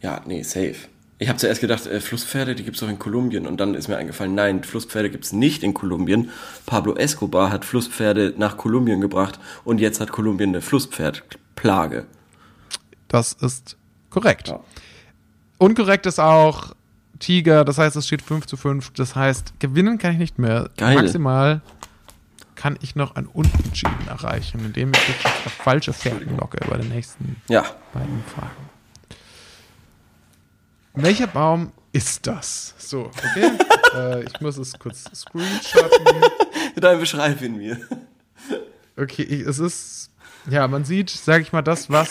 [SPEAKER 1] ja, nee, safe. Ich habe zuerst gedacht, äh, Flusspferde, die gibt's doch in Kolumbien. Und dann ist mir eingefallen, nein, Flusspferde gibt's nicht in Kolumbien. Pablo Escobar hat Flusspferde nach Kolumbien gebracht und jetzt hat Kolumbien eine Flusspferdplage.
[SPEAKER 2] Das ist korrekt.
[SPEAKER 1] Ja.
[SPEAKER 2] Unkorrekt ist auch Tiger, das heißt, es steht 5 zu 5. Das heißt, gewinnen kann ich nicht mehr.
[SPEAKER 1] Geil.
[SPEAKER 2] Maximal kann ich noch ein Unentschieden erreichen, indem ich jetzt auf falsche Fährten locke bei den nächsten
[SPEAKER 1] Ja,
[SPEAKER 2] beiden Fragen. Welcher Baum ist das? So, okay. äh, ich muss es kurz screenshotten.
[SPEAKER 1] dann beschreib ihn mir.
[SPEAKER 2] Okay, ich- es ist. Ja, man sieht, sag ich mal, das, was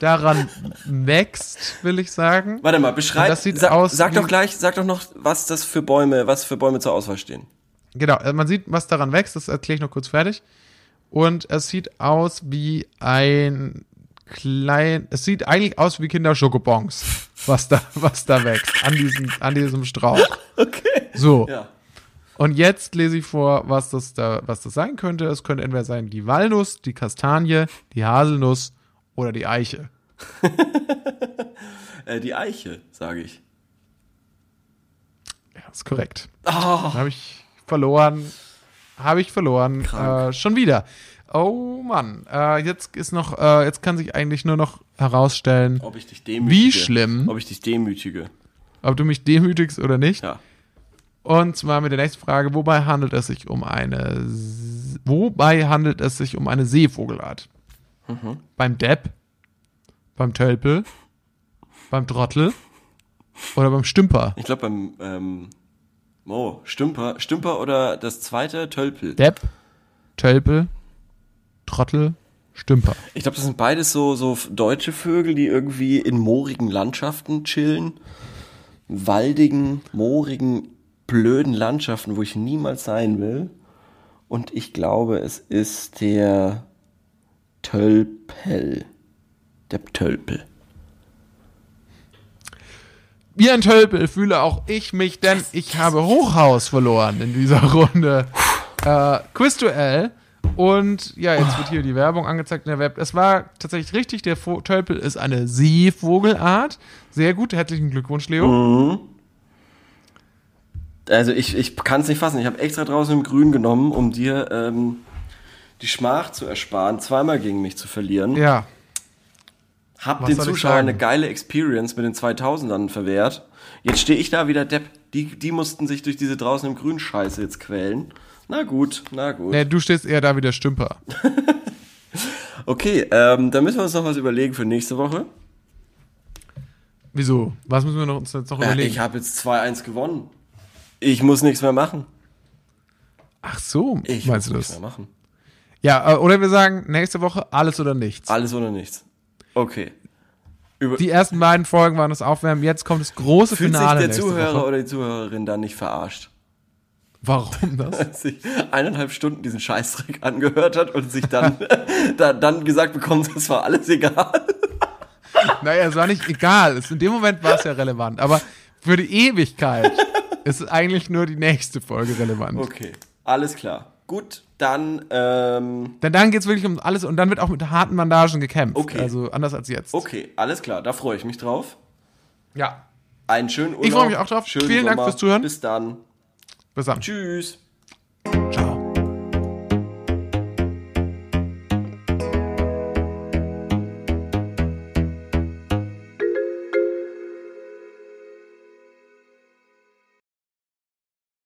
[SPEAKER 2] daran wächst, will ich sagen.
[SPEAKER 1] Warte mal, beschreib.
[SPEAKER 2] Das sieht
[SPEAKER 1] sag,
[SPEAKER 2] aus
[SPEAKER 1] sag
[SPEAKER 2] wie-
[SPEAKER 1] doch gleich, sag doch noch, was das für Bäume, was für Bäume zur Auswahl stehen.
[SPEAKER 2] Genau, also man sieht, was daran wächst, das erkläre ich noch kurz fertig. Und es sieht aus wie ein klein, es sieht eigentlich aus wie Kinderschokobons, was da, was da wächst, an diesem, an diesem Strauch.
[SPEAKER 1] Okay.
[SPEAKER 2] So.
[SPEAKER 1] Ja.
[SPEAKER 2] Und jetzt lese ich vor, was das da, was das sein könnte. Es könnte entweder sein die Walnuss, die Kastanie, die Haselnuss oder die Eiche.
[SPEAKER 1] Äh, die Eiche, sage ich.
[SPEAKER 2] Ja, ist korrekt.
[SPEAKER 1] Oh,
[SPEAKER 2] Habe ich verloren. Habe ich verloren.
[SPEAKER 1] Krank.
[SPEAKER 2] Äh, schon wieder. Oh Mann. Äh, jetzt ist noch, äh, jetzt kann sich eigentlich nur noch herausstellen,
[SPEAKER 1] ob ich dich demütige.
[SPEAKER 2] Wie schlimm?
[SPEAKER 1] Ob ich dich demütige.
[SPEAKER 2] ob du mich demütigst oder nicht.
[SPEAKER 1] Ja.
[SPEAKER 2] Und zwar mit der nächsten Frage, wobei handelt es sich um eine S- wobei handelt es sich um eine Seevogelart?
[SPEAKER 1] Mhm.
[SPEAKER 2] Beim Depp, beim Tölpel, beim Trottel oder beim Stümper?
[SPEAKER 1] Ich glaube beim ähm, oh, Stümper, Stümper oder das zweite Tölpel.
[SPEAKER 2] Depp, Tölpel, Trottel, Stümper.
[SPEAKER 1] Ich glaube, das sind beides so so deutsche Vögel, die irgendwie in moorigen Landschaften chillen, waldigen, moorigen, blöden Landschaften, wo ich niemals sein will. Und ich glaube, es ist der Tölpel. Der Tölpel.
[SPEAKER 2] Wie ein Tölpel fühle auch ich mich, denn ich habe Hochhaus verloren in dieser Runde. Äh, Quizduell. Und ja, jetzt wird hier die Werbung angezeigt in der Web. Es war tatsächlich richtig, der Vo Tölpel ist eine Seevogelart. Sehr gut, herzlichen Glückwunsch, Leo.
[SPEAKER 1] Also ich, ich kann es nicht fassen. Ich habe extra draußen im Grün genommen, um dir ähm, die Schmach zu ersparen, zweimal gegen mich zu verlieren.
[SPEAKER 2] Ja,
[SPEAKER 1] Hab
[SPEAKER 2] Was
[SPEAKER 1] den
[SPEAKER 2] soll ich
[SPEAKER 1] Zuschauern
[SPEAKER 2] sagen?
[SPEAKER 1] eine geile Experience mit den 2000ern verwehrt. Jetzt stehe ich da wieder Depp. Die, die mussten sich durch diese draußen im Grün Scheiße jetzt quälen. Na gut, na gut.
[SPEAKER 2] nee, du stehst eher da wie der Stümper.
[SPEAKER 1] Okay, ähm, dann müssen wir uns noch was überlegen für nächste Woche.
[SPEAKER 2] Wieso? Was müssen wir noch, uns jetzt noch
[SPEAKER 1] Ja,
[SPEAKER 2] Äh, überlegen?
[SPEAKER 1] Äh, ich habe jetzt 2-1 gewonnen. Ich muss nichts mehr machen.
[SPEAKER 2] Ach so,
[SPEAKER 1] Ich
[SPEAKER 2] meinst
[SPEAKER 1] muss
[SPEAKER 2] du
[SPEAKER 1] nichts
[SPEAKER 2] das?
[SPEAKER 1] mehr machen.
[SPEAKER 2] Ja, äh, oder wir sagen nächste Woche alles oder nichts.
[SPEAKER 1] Alles oder nichts. Okay.
[SPEAKER 2] Die ersten beiden Folgen waren das Aufwärmen, jetzt kommt das große
[SPEAKER 1] Fühlt sich
[SPEAKER 2] Finale
[SPEAKER 1] der
[SPEAKER 2] nächste
[SPEAKER 1] Zuhörer
[SPEAKER 2] Woche.
[SPEAKER 1] oder die Zuhörerin dann nicht verarscht?
[SPEAKER 2] Warum das?
[SPEAKER 1] Als sich eineinhalb Stunden diesen Scheißdreck angehört hat und sich dann, da, dann gesagt bekommt, das war alles egal.
[SPEAKER 2] Naja, es war nicht egal. Es, in dem Moment war es ja relevant. Aber für die Ewigkeit ist eigentlich nur die nächste Folge relevant.
[SPEAKER 1] Okay, alles klar. Gut, dann, ähm,
[SPEAKER 2] Denn dann geht's wirklich um alles und dann wird auch mit harten Bandagen gekämpft.
[SPEAKER 1] Okay.
[SPEAKER 2] Also anders als jetzt.
[SPEAKER 1] okay, alles klar. Da freue ich mich drauf.
[SPEAKER 2] Ja.
[SPEAKER 1] Einen schönen Urlaub.
[SPEAKER 2] freue mich auch drauf.
[SPEAKER 1] schönen
[SPEAKER 2] Vielen Dank
[SPEAKER 1] Sommer.
[SPEAKER 2] fürs Zuhören.
[SPEAKER 1] Bis dann.
[SPEAKER 2] Bis dann.
[SPEAKER 1] Tschüss.
[SPEAKER 2] Ciao.